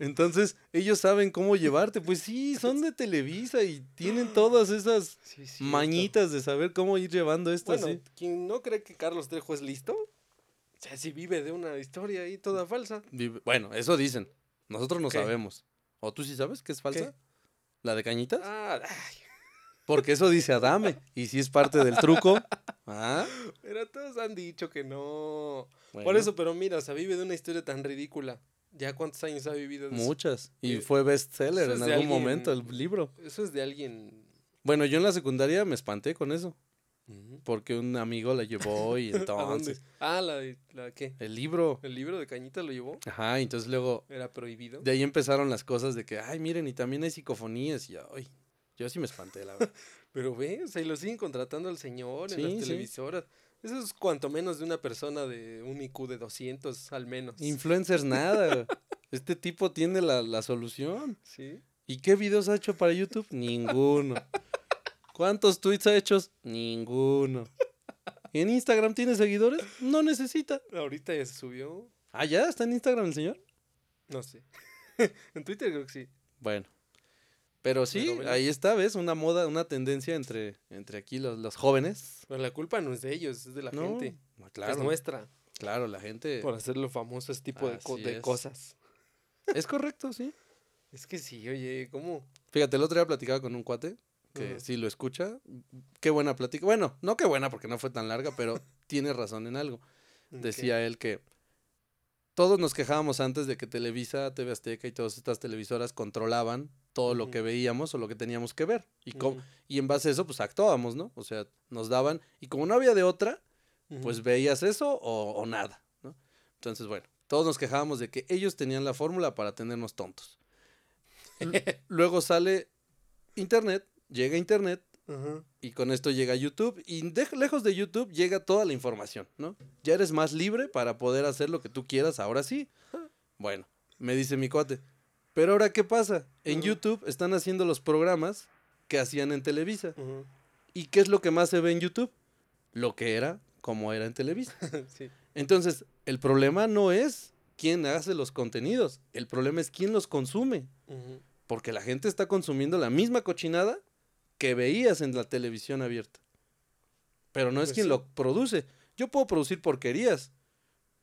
Speaker 2: Entonces, ellos saben cómo llevarte. Pues sí, son de Televisa y tienen todas esas
Speaker 1: Sí, sí.
Speaker 2: mañitas de saber cómo ir llevando esto
Speaker 1: Bueno,
Speaker 2: así.
Speaker 1: quien no cree que Carlos Trejo es listo, o sea, si vive de una historia ahí toda falsa.
Speaker 2: Vive- Bueno, eso dicen. Nosotros no
Speaker 1: ¿Qué?
Speaker 2: sabemos. ¿O tú sí sabes que es falsa?
Speaker 1: ¿Qué?
Speaker 2: ¿La de cañitas?
Speaker 1: Ah, [laughs] ay,
Speaker 2: Porque eso dice Adame. Y si es parte del
Speaker 1: [laughs]
Speaker 2: truco. Ah,
Speaker 1: pero todos han dicho que no. Por
Speaker 2: bueno,
Speaker 1: eso, pues, pero mira, o sea, vive de una historia tan ridícula. ¿Ya cuántos años ha vivido de eso?
Speaker 2: Muchas. Y
Speaker 1: Eh,
Speaker 2: fue bestseller
Speaker 1: eso
Speaker 2: en
Speaker 1: es de
Speaker 2: algún
Speaker 1: alguien-
Speaker 2: momento el libro.
Speaker 1: Eso es de alguien.
Speaker 2: Bueno, yo en la secundaria me espanté con eso.
Speaker 1: Ujú.
Speaker 2: Porque un amigo la llevó y
Speaker 1: [laughs] ¿A dónde?
Speaker 2: entonces.
Speaker 1: Ah, la, de- la qué?
Speaker 2: el libro.
Speaker 1: ¿El libro de Cañita lo llevó?
Speaker 2: Ajá, y entonces luego.
Speaker 1: ¿Era prohibido?
Speaker 2: De ahí empezaron las cosas de que, ay, miren, y también hay psicofonías. Y yo, ay, yo sí me espanté, la
Speaker 1: [laughs]
Speaker 2: verdad.
Speaker 1: Pero ve, o sea, y lo siguen contratando al señor en
Speaker 2: Sí,
Speaker 1: las
Speaker 2: sí.
Speaker 1: televisoras. Eso es cuanto menos de una persona de un IQ de 200 al menos.
Speaker 2: Influencers, nada. Este tipo tiene la, la solución.
Speaker 1: ¿Sí?
Speaker 2: ¿Y qué videos ha hecho para YouTube? Ninguno. ¿Cuántos tweets ha hecho? Ninguno. ¿En Instagram tiene seguidores? No necesita.
Speaker 1: Ahorita ya se subió.
Speaker 2: Ah, ya, está en Instagram el señor.
Speaker 1: No sé. [laughs] en Twitter creo que sí.
Speaker 2: Bueno. Pero sí,
Speaker 1: Pero bueno.
Speaker 2: ahí está, ¿ves? Una moda, una tendencia entre, entre aquí los, los jóvenes.
Speaker 1: Pero la culpa no es de ellos, es de la
Speaker 2: ¿no?
Speaker 1: gente.
Speaker 2: No,
Speaker 1: Claro. Es
Speaker 2: claro,
Speaker 1: nuestra.
Speaker 2: claro, la gente.
Speaker 1: Por hacerlo famoso ese tipo de, co-
Speaker 2: Así
Speaker 1: de
Speaker 2: es.
Speaker 1: cosas.
Speaker 2: Es correcto, sí.
Speaker 1: Es que sí, oye, ¿cómo?
Speaker 2: Fíjate, el otro día platicaba con un cuate que
Speaker 1: Ajá.
Speaker 2: si lo escucha, qué buena plática. Bueno, no qué buena porque no fue tan larga,
Speaker 1: [laughs]
Speaker 2: pero tiene razón en algo.
Speaker 1: ¿En qué?
Speaker 2: decía él que todos nos quejábamos antes de que Televisa, TV Azteca y todas estas televisoras controlaban todo lo
Speaker 1: Ujú.
Speaker 2: que veíamos o lo que teníamos que ver. Y, co-
Speaker 1: Ujú,
Speaker 2: y en base a eso, pues actuábamos, ¿no? O sea, nos daban, y como no había de otra,
Speaker 1: ujú.
Speaker 2: pues veías eso o, o nada, ¿no? Entonces, bueno, todos nos quejábamos de que ellos tenían la fórmula para tenernos tontos.
Speaker 1: [laughs]
Speaker 2: L- [laughs] Luego sale Internet, llega Internet,
Speaker 1: Ajá.
Speaker 2: y con esto llega YouTube y de- lejos de YouTube llega toda la información, ¿no? Ya eres más libre para poder hacer lo que tú quieras ahora sí. Bueno, me dice mi cuate. Pero ahora qué pasa? En
Speaker 1: Ujú.
Speaker 2: YouTube están haciendo los programas que hacían en Televisa.
Speaker 1: ujú. [laughs]
Speaker 2: ¿Y qué es lo que más se ve en YouTube? Lo que era como era en Televisa.
Speaker 1: sí.
Speaker 2: Entonces, el problema no es quién hace los contenidos, el problema es quién los consume.
Speaker 1: ujú.
Speaker 2: Porque la gente está consumiendo la misma cochinada que veías en la televisión abierta. Pero no es
Speaker 1: Pues
Speaker 2: quien
Speaker 1: sí.
Speaker 2: lo produce. Yo puedo producir porquerías,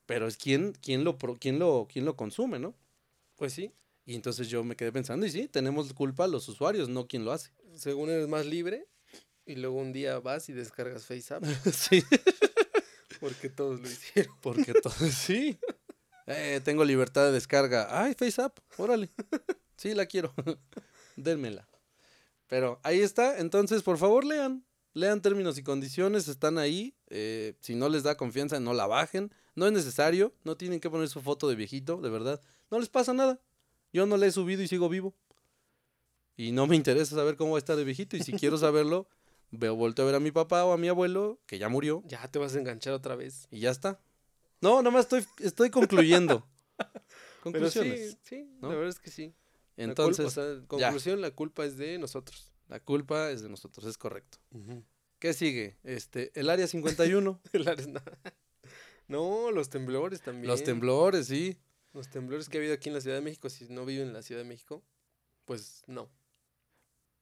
Speaker 2: pero es quien, quien, lo, pro- quien, lo, quien lo consume, ¿no?
Speaker 1: Pues sí.
Speaker 2: Y entonces yo me quedé pensando, y sí, tenemos culpa los usuarios, no quien lo
Speaker 1: [laughs]
Speaker 2: hace.
Speaker 1: Según eres más libre. Y luego un día vas y descargas FaceApp.
Speaker 2: sí,
Speaker 1: Porque todos lo hicieron.
Speaker 2: porque todo, [laughs] sí. Eh, tengo libertad de descarga. Ay, FaceApp, órale. Sí, la quiero. [laughs] Dénmela. Pero ahí está. Entonces, por favor, lean. Lean términos y condiciones, están ahí. eh, si no les da confianza, no la bajen. No es necesario, no tienen que poner su foto de viejito, de verdad. No les pasa nada. Yo no la he subido y sigo vivo. Y no me interesa saber cómo va a estar de viejito. Y si quiero saberlo, [laughs] veo, volteo a ver a mi papá o a mi abuelo, que ya murió,
Speaker 1: Ya te vas a enganchar otra vez.
Speaker 2: y ya está. No, nada más estoy, estoy concluyendo.
Speaker 1: [laughs] Pero
Speaker 2: Conclusiones.
Speaker 1: sí, sí,
Speaker 2: ¿no?
Speaker 1: la verdad es que sí. La cul-
Speaker 2: Entonces,
Speaker 1: o sea, conclusión, la culpa es de nosotros. [laughs]
Speaker 2: la culpa es de nosotros, es correcto. ¿Qué sigue? Este, el Área 51.
Speaker 1: El Ares- [laughs] No, los temblores también.
Speaker 2: Los temblores, sí.
Speaker 1: Los temblores que ha habido aquí en la Ciudad de México, si no viven en la Ciudad de México, pues no.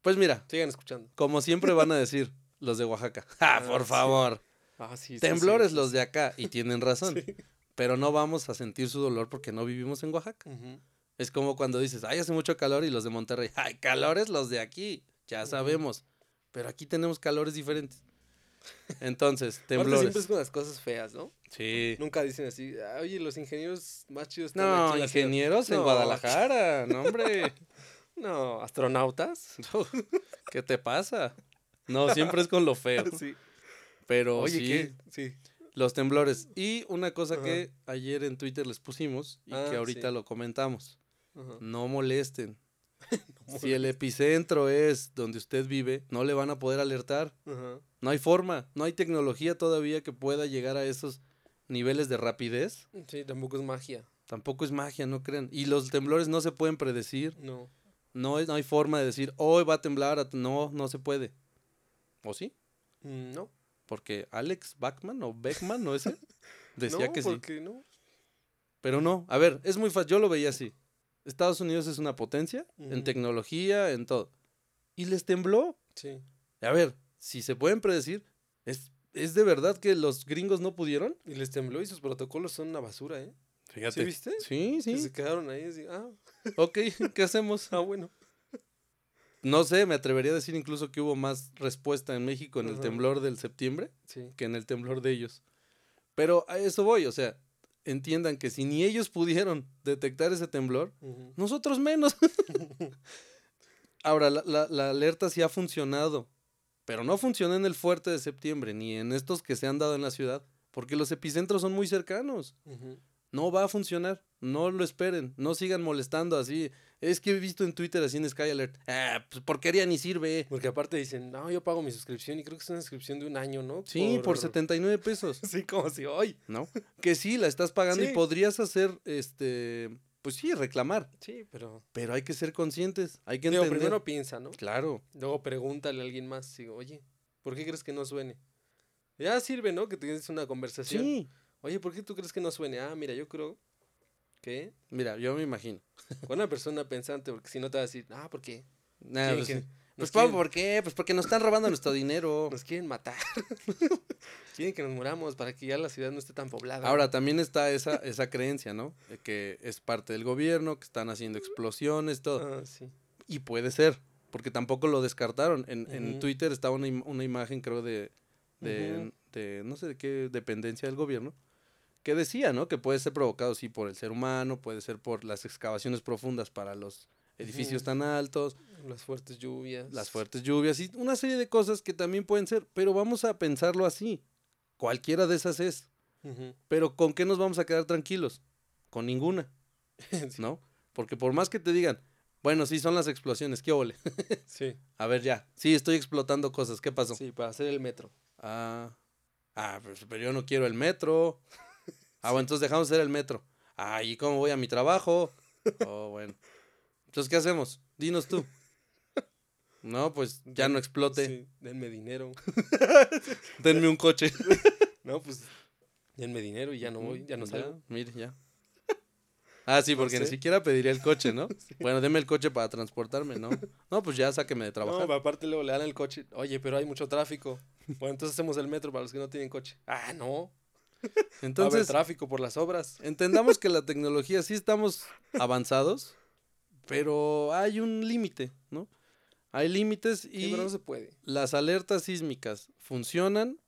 Speaker 2: Pues mira,
Speaker 1: Sigan escuchando.
Speaker 2: como siempre van a decir [laughs] los de Oaxaca. ¡Ah,
Speaker 1: Ah,
Speaker 2: por
Speaker 1: sí.
Speaker 2: favor!
Speaker 1: Ah, sí. sí,
Speaker 2: Temblores
Speaker 1: sí.
Speaker 2: los de acá, y tienen razón.
Speaker 1: [laughs] Sí.
Speaker 2: Pero no vamos a sentir su dolor porque no vivimos en Oaxaca.
Speaker 1: Ujú.
Speaker 2: Es como cuando dices, ay, hace mucho calor, y los de Monterrey, ay, calores los de aquí, ya
Speaker 1: Ujú.
Speaker 2: sabemos. Pero aquí tenemos
Speaker 1: [laughs]
Speaker 2: calores diferentes. Entonces,
Speaker 1: Aparte,
Speaker 2: temblores.
Speaker 1: siempre es con las cosas feas, ¿no?
Speaker 2: Sí.
Speaker 1: Nunca dicen así, "Ah, oye, los ingenieros más chidos están
Speaker 2: No,
Speaker 1: aquí en la ciudad".
Speaker 2: ingenieros en
Speaker 1: No.
Speaker 2: Guadalajara, no,
Speaker 1: [laughs]
Speaker 2: hombre. [laughs]
Speaker 1: No, astronautas.
Speaker 2: ¿Qué te pasa? No, siempre es con lo feo.
Speaker 1: [laughs] Sí.
Speaker 2: Pero
Speaker 1: Oye,
Speaker 2: Oh, sí,
Speaker 1: ¿qué? Sí.
Speaker 2: los temblores. Y una cosa
Speaker 1: Ajá.
Speaker 2: que ayer en Twitter les pusimos y
Speaker 1: Ah,
Speaker 2: que ahorita
Speaker 1: sí.
Speaker 2: lo comentamos.
Speaker 1: Ajá.
Speaker 2: No molesten. Si el epicentro es donde usted vive, no le van a poder alertar.
Speaker 1: Ajá.
Speaker 2: No hay forma, no hay tecnología todavía que pueda llegar a esos niveles de rapidez.
Speaker 1: Sí, tampoco es magia.
Speaker 2: Tampoco es magia, no crean. Y los temblores no se pueden predecir.
Speaker 1: No.
Speaker 2: No, es- no hay forma de decir, hoy va a temblar. a- No, no se puede. ¿O sí?
Speaker 1: Mm, No.
Speaker 2: Porque Alex Bachman o Beckman, ¿no
Speaker 1: [laughs]
Speaker 2: ese? Decía
Speaker 1: no,
Speaker 2: que sí.
Speaker 1: porque no.
Speaker 2: Pero no, a ver, es muy fácil. Yo lo veía así. Estados Unidos es una potencia en
Speaker 1: Ujú.
Speaker 2: tecnología, en todo. Y les tembló.
Speaker 1: Sí.
Speaker 2: A ver, si se pueden predecir, ¿es, ¿es de verdad que los gringos no pudieron?
Speaker 1: Y les tembló y sus protocolos son una basura, ¿eh?
Speaker 2: Fíjate.
Speaker 1: ¿Sí viste?
Speaker 2: Sí,
Speaker 1: Que
Speaker 2: sí.
Speaker 1: se quedaron ahí así, ah, [laughs]
Speaker 2: Ok, [laughs] ¿qué hacemos?
Speaker 1: ah, bueno.
Speaker 2: No sé, me atrevería a decir incluso que hubo más respuesta en México en el
Speaker 1: Ajá.
Speaker 2: temblor del septiembre
Speaker 1: Sí.
Speaker 2: que en el temblor de ellos. Pero a eso voy, o sea, entiendan que si ni ellos pudieron detectar ese temblor,
Speaker 1: Ujú.
Speaker 2: Nosotros
Speaker 1: [laughs]
Speaker 2: menos. Ahora, la, la- la alerta sí ha funcionado, pero no funciona en el fuerte de septiembre, ni en estos que se han dado en la ciudad, porque los epicentros son muy cercanos.
Speaker 1: Ujú.
Speaker 2: No va a funcionar, no lo esperen, no sigan molestando así. Es que he visto en Twitter así en Sky Alert, ah, pues porquería ni sirve.
Speaker 1: Porque aparte dicen, no, yo pago mi suscripción y creo que es una suscripción de un año, ¿no?
Speaker 2: Sí, por 79 pesos,
Speaker 1: [laughs] Sí, como si hoy.
Speaker 2: ¿no? Que sí, la estás pagando y
Speaker 1: Sí.
Speaker 2: podrías hacer, este, pues sí, reclamar,
Speaker 1: Sí, pero.
Speaker 2: pero hay que ser conscientes, hay que
Speaker 1: Digo,
Speaker 2: entender.
Speaker 1: primero piensa, ¿no?
Speaker 2: Claro.
Speaker 1: Luego pregúntale a alguien más, digo, oye, ¿por qué crees que no suene? Ya sirve, ¿no? Que tienes una conversación.
Speaker 2: Sí.
Speaker 1: Oye, ¿por qué tú crees que no suene? Ah, mira, yo creo que
Speaker 2: Mira, yo me imagino.
Speaker 1: con una persona pensante, porque si no te va a decir, ah, ¿por qué?
Speaker 2: Nah,
Speaker 1: Quieren
Speaker 2: pues,
Speaker 1: que- Pues,
Speaker 2: sí.
Speaker 1: nos
Speaker 2: Pues, Pau,
Speaker 1: quieren-
Speaker 2: ¿por qué? Pues porque nos están robando nuestro dinero.
Speaker 1: Nos quieren matar. [laughs] quieren que nos muramos para que ya la ciudad no esté tan poblada.
Speaker 2: Ahora, también está esa, esa creencia, ¿no? De que es parte del gobierno, que están haciendo explosiones, todo.
Speaker 1: Ah, sí.
Speaker 2: Y puede ser, porque tampoco lo descartaron. En, en
Speaker 1: Ujú.
Speaker 2: Twitter estaba una, im- una imagen, creo, de, de,
Speaker 1: Ujú.
Speaker 2: de no sé de qué dependencia del gobierno, que decía, ¿no? Que puede ser provocado, sí, por el ser humano, puede ser por las excavaciones profundas para los edificios
Speaker 1: Ujú.
Speaker 2: tan altos,
Speaker 1: Las fuertes lluvias.
Speaker 2: las fuertes lluvias y una serie de cosas que también pueden ser, pero vamos a pensarlo así. Cualquiera de esas es,
Speaker 1: Ujú.
Speaker 2: pero ¿con qué nos vamos a quedar tranquilos? Con ninguna,
Speaker 1: [laughs] Sí.
Speaker 2: ¿no? Porque por más que te digan, bueno, sí son las explosiones, qué ole.
Speaker 1: [laughs] sí.
Speaker 2: A ver ya, sí estoy explotando cosas, ¿qué
Speaker 1: [laughs]
Speaker 2: pasó?
Speaker 1: Sí, para hacer el metro.
Speaker 2: Ah, ah, pues, pero yo no quiero
Speaker 1: [laughs]
Speaker 2: el metro. Ah, bueno, entonces dejamos ser el metro. Ah, ¿y cómo voy a mi trabajo? Oh, bueno. Entonces, ¿qué hacemos? Dinos tú. No, pues ya no explote.
Speaker 1: Sí, denme dinero. [laughs]
Speaker 2: Denme un coche.
Speaker 1: No, pues denme dinero y [laughs] ya no voy, ya no salgo.
Speaker 2: Mire, ya. Ah, sí,
Speaker 1: No
Speaker 2: porque ni
Speaker 1: sé.
Speaker 2: siquiera pediría el
Speaker 1: [laughs]
Speaker 2: coche, ¿no? Bueno, deme el coche para transportarme, ¿no? No, pues ya sáqueme de trabajar.
Speaker 1: No, pero aparte luego le dan el coche. Oye, pero hay mucho tráfico. [laughs] Bueno, entonces hacemos el metro para los que no tienen coche. Ah, no. Entonces,
Speaker 2: Entonces,
Speaker 1: tráfico por las obras.
Speaker 2: entendamos que la tecnología sí estamos avanzados, pero hay un límite, ¿no? Hay límites
Speaker 1: Y
Speaker 2: y
Speaker 1: no se puede.
Speaker 2: las alertas sísmicas funcionan,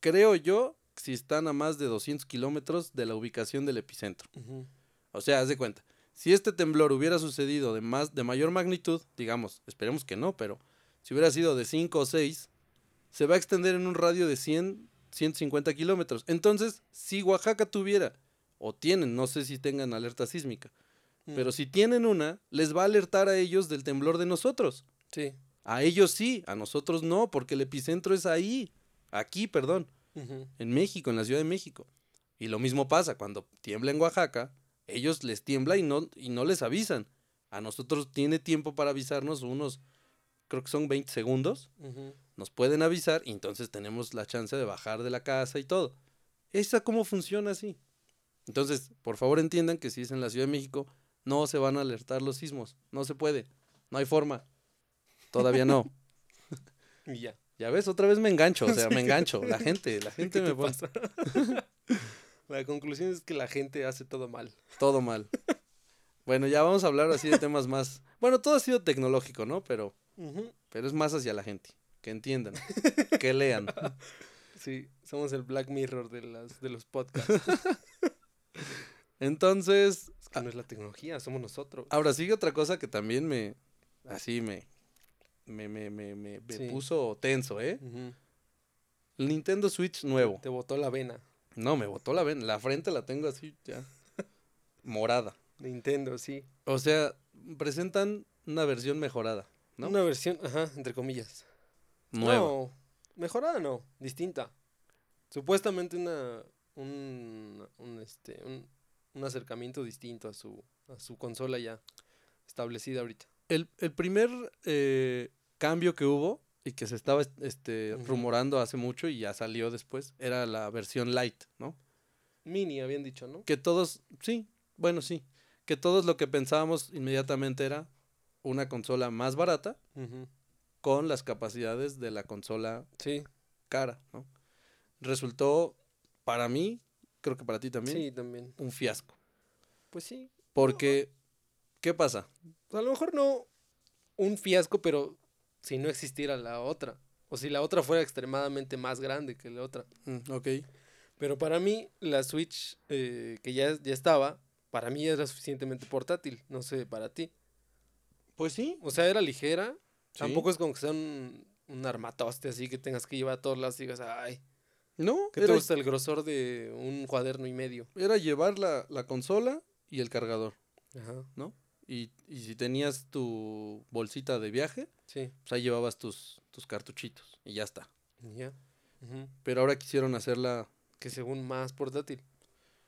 Speaker 2: creo yo, si están a más de 200 kilómetros de la ubicación del epicentro.
Speaker 1: Ujú.
Speaker 2: O sea, haz de cuenta. Si este temblor hubiera sucedido de más de mayor magnitud, digamos, esperemos que no, pero si hubiera sido de 5 o 6, se va a extender en un radio de 100, 150 kilómetros. Entonces, si Oaxaca tuviera, o tienen, no sé si tengan alerta sísmica,
Speaker 1: Mm.
Speaker 2: pero si tienen una, les va a alertar a ellos del temblor de nosotros.
Speaker 1: Mm, Sí.
Speaker 2: A ellos sí, a nosotros no, porque el epicentro es ahí, aquí, perdón
Speaker 1: Ujú.
Speaker 2: en México, en la Ciudad de México. Y lo mismo pasa cuando tiembla en Oaxaca, ellos les tiembla y no, y no les avisan. A nosotros tiene tiempo para avisarnos unos, creo que son 20 segundos,
Speaker 1: Ujú.
Speaker 2: nos pueden avisar y entonces tenemos la chance de bajar de la casa y todo. ¿Esa cómo funciona así? Entonces, por favor entiendan que si es en la Ciudad de México, no se van a alertar los sismos. No se puede. No hay forma. Todavía no.
Speaker 1: Y ya.
Speaker 2: Ya ves, otra vez me engancho. O sea, me engancho. La gente, la gente
Speaker 1: ¿Qué
Speaker 2: me
Speaker 1: te
Speaker 2: pone
Speaker 1: pasa? [laughs] La conclusión es que la gente hace todo mal.
Speaker 2: todo mal. Bueno, ya vamos a hablar así de temas más. Bueno, todo ha sido tecnológico, ¿no? Pero, pero es más hacia la gente. Que entiendan. Que lean.
Speaker 1: Sí, somos el Black Mirror de, las, de los podcasts.
Speaker 2: Entonces,
Speaker 1: Es que no es la tecnología, somos nosotros.
Speaker 2: Ahora sigue otra cosa que también me. Así me. Me, me, me, me- me
Speaker 1: Sí.
Speaker 2: puso tenso, ¿eh? El Nintendo Switch nuevo.
Speaker 1: Te botó la vena.
Speaker 2: No, me botó la ven. La frente la tengo así ya. Morada.
Speaker 1: Nintendo, sí.
Speaker 2: O sea, presentan una versión mejorada. ¿No?
Speaker 1: Una versión, ajá, entre comillas.
Speaker 2: Nueva.
Speaker 1: No, mejorada no, distinta. Supuestamente una un, un, este un, un acercamiento distinto a su a su consola ya establecida ahorita.
Speaker 2: El, el primer eh, cambio que hubo y que se estaba este,
Speaker 1: Ujú.
Speaker 2: rumorando hace mucho y ya salió después era la versión light, ¿no?
Speaker 1: Mini habían dicho, ¿no?
Speaker 2: que todos, sí, bueno, sí, que todos lo que pensábamos inmediatamente era una consola más barata con las capacidades de la consola
Speaker 1: Sí,
Speaker 2: cara, ¿no? Resultó para mí, creo que para ti también,
Speaker 1: sí, también.
Speaker 2: un fiasco.
Speaker 1: Pues sí.
Speaker 2: Porque, ¿qué pasa?
Speaker 1: A lo mejor no un fiasco, pero si no existiera la otra. O si la otra fuera extremadamente más grande que la otra.
Speaker 2: Mm, ok,
Speaker 1: Pero para mí, la Switch eh, que ya, ya estaba, para mí era suficientemente portátil. No sé, para ti.
Speaker 2: pues sí.
Speaker 1: O sea, era ligera. Tampoco
Speaker 2: Tampoco
Speaker 1: es como que sea un, un armatoste así que tengas que llevar a todos lados y digas, ay,
Speaker 2: No,
Speaker 1: ¿qué te
Speaker 2: era,
Speaker 1: gusta el grosor de un cuaderno y medio?
Speaker 2: era llevar la, la consola y el cargador.
Speaker 1: Ajá,
Speaker 2: Y, y si tenías tu bolsita de viaje,
Speaker 1: sí.
Speaker 2: pues ahí llevabas tus, tus cartuchitos y ya está.
Speaker 1: Ya. Ujú.
Speaker 2: Pero ahora quisieron hacerla
Speaker 1: Que según más portátil.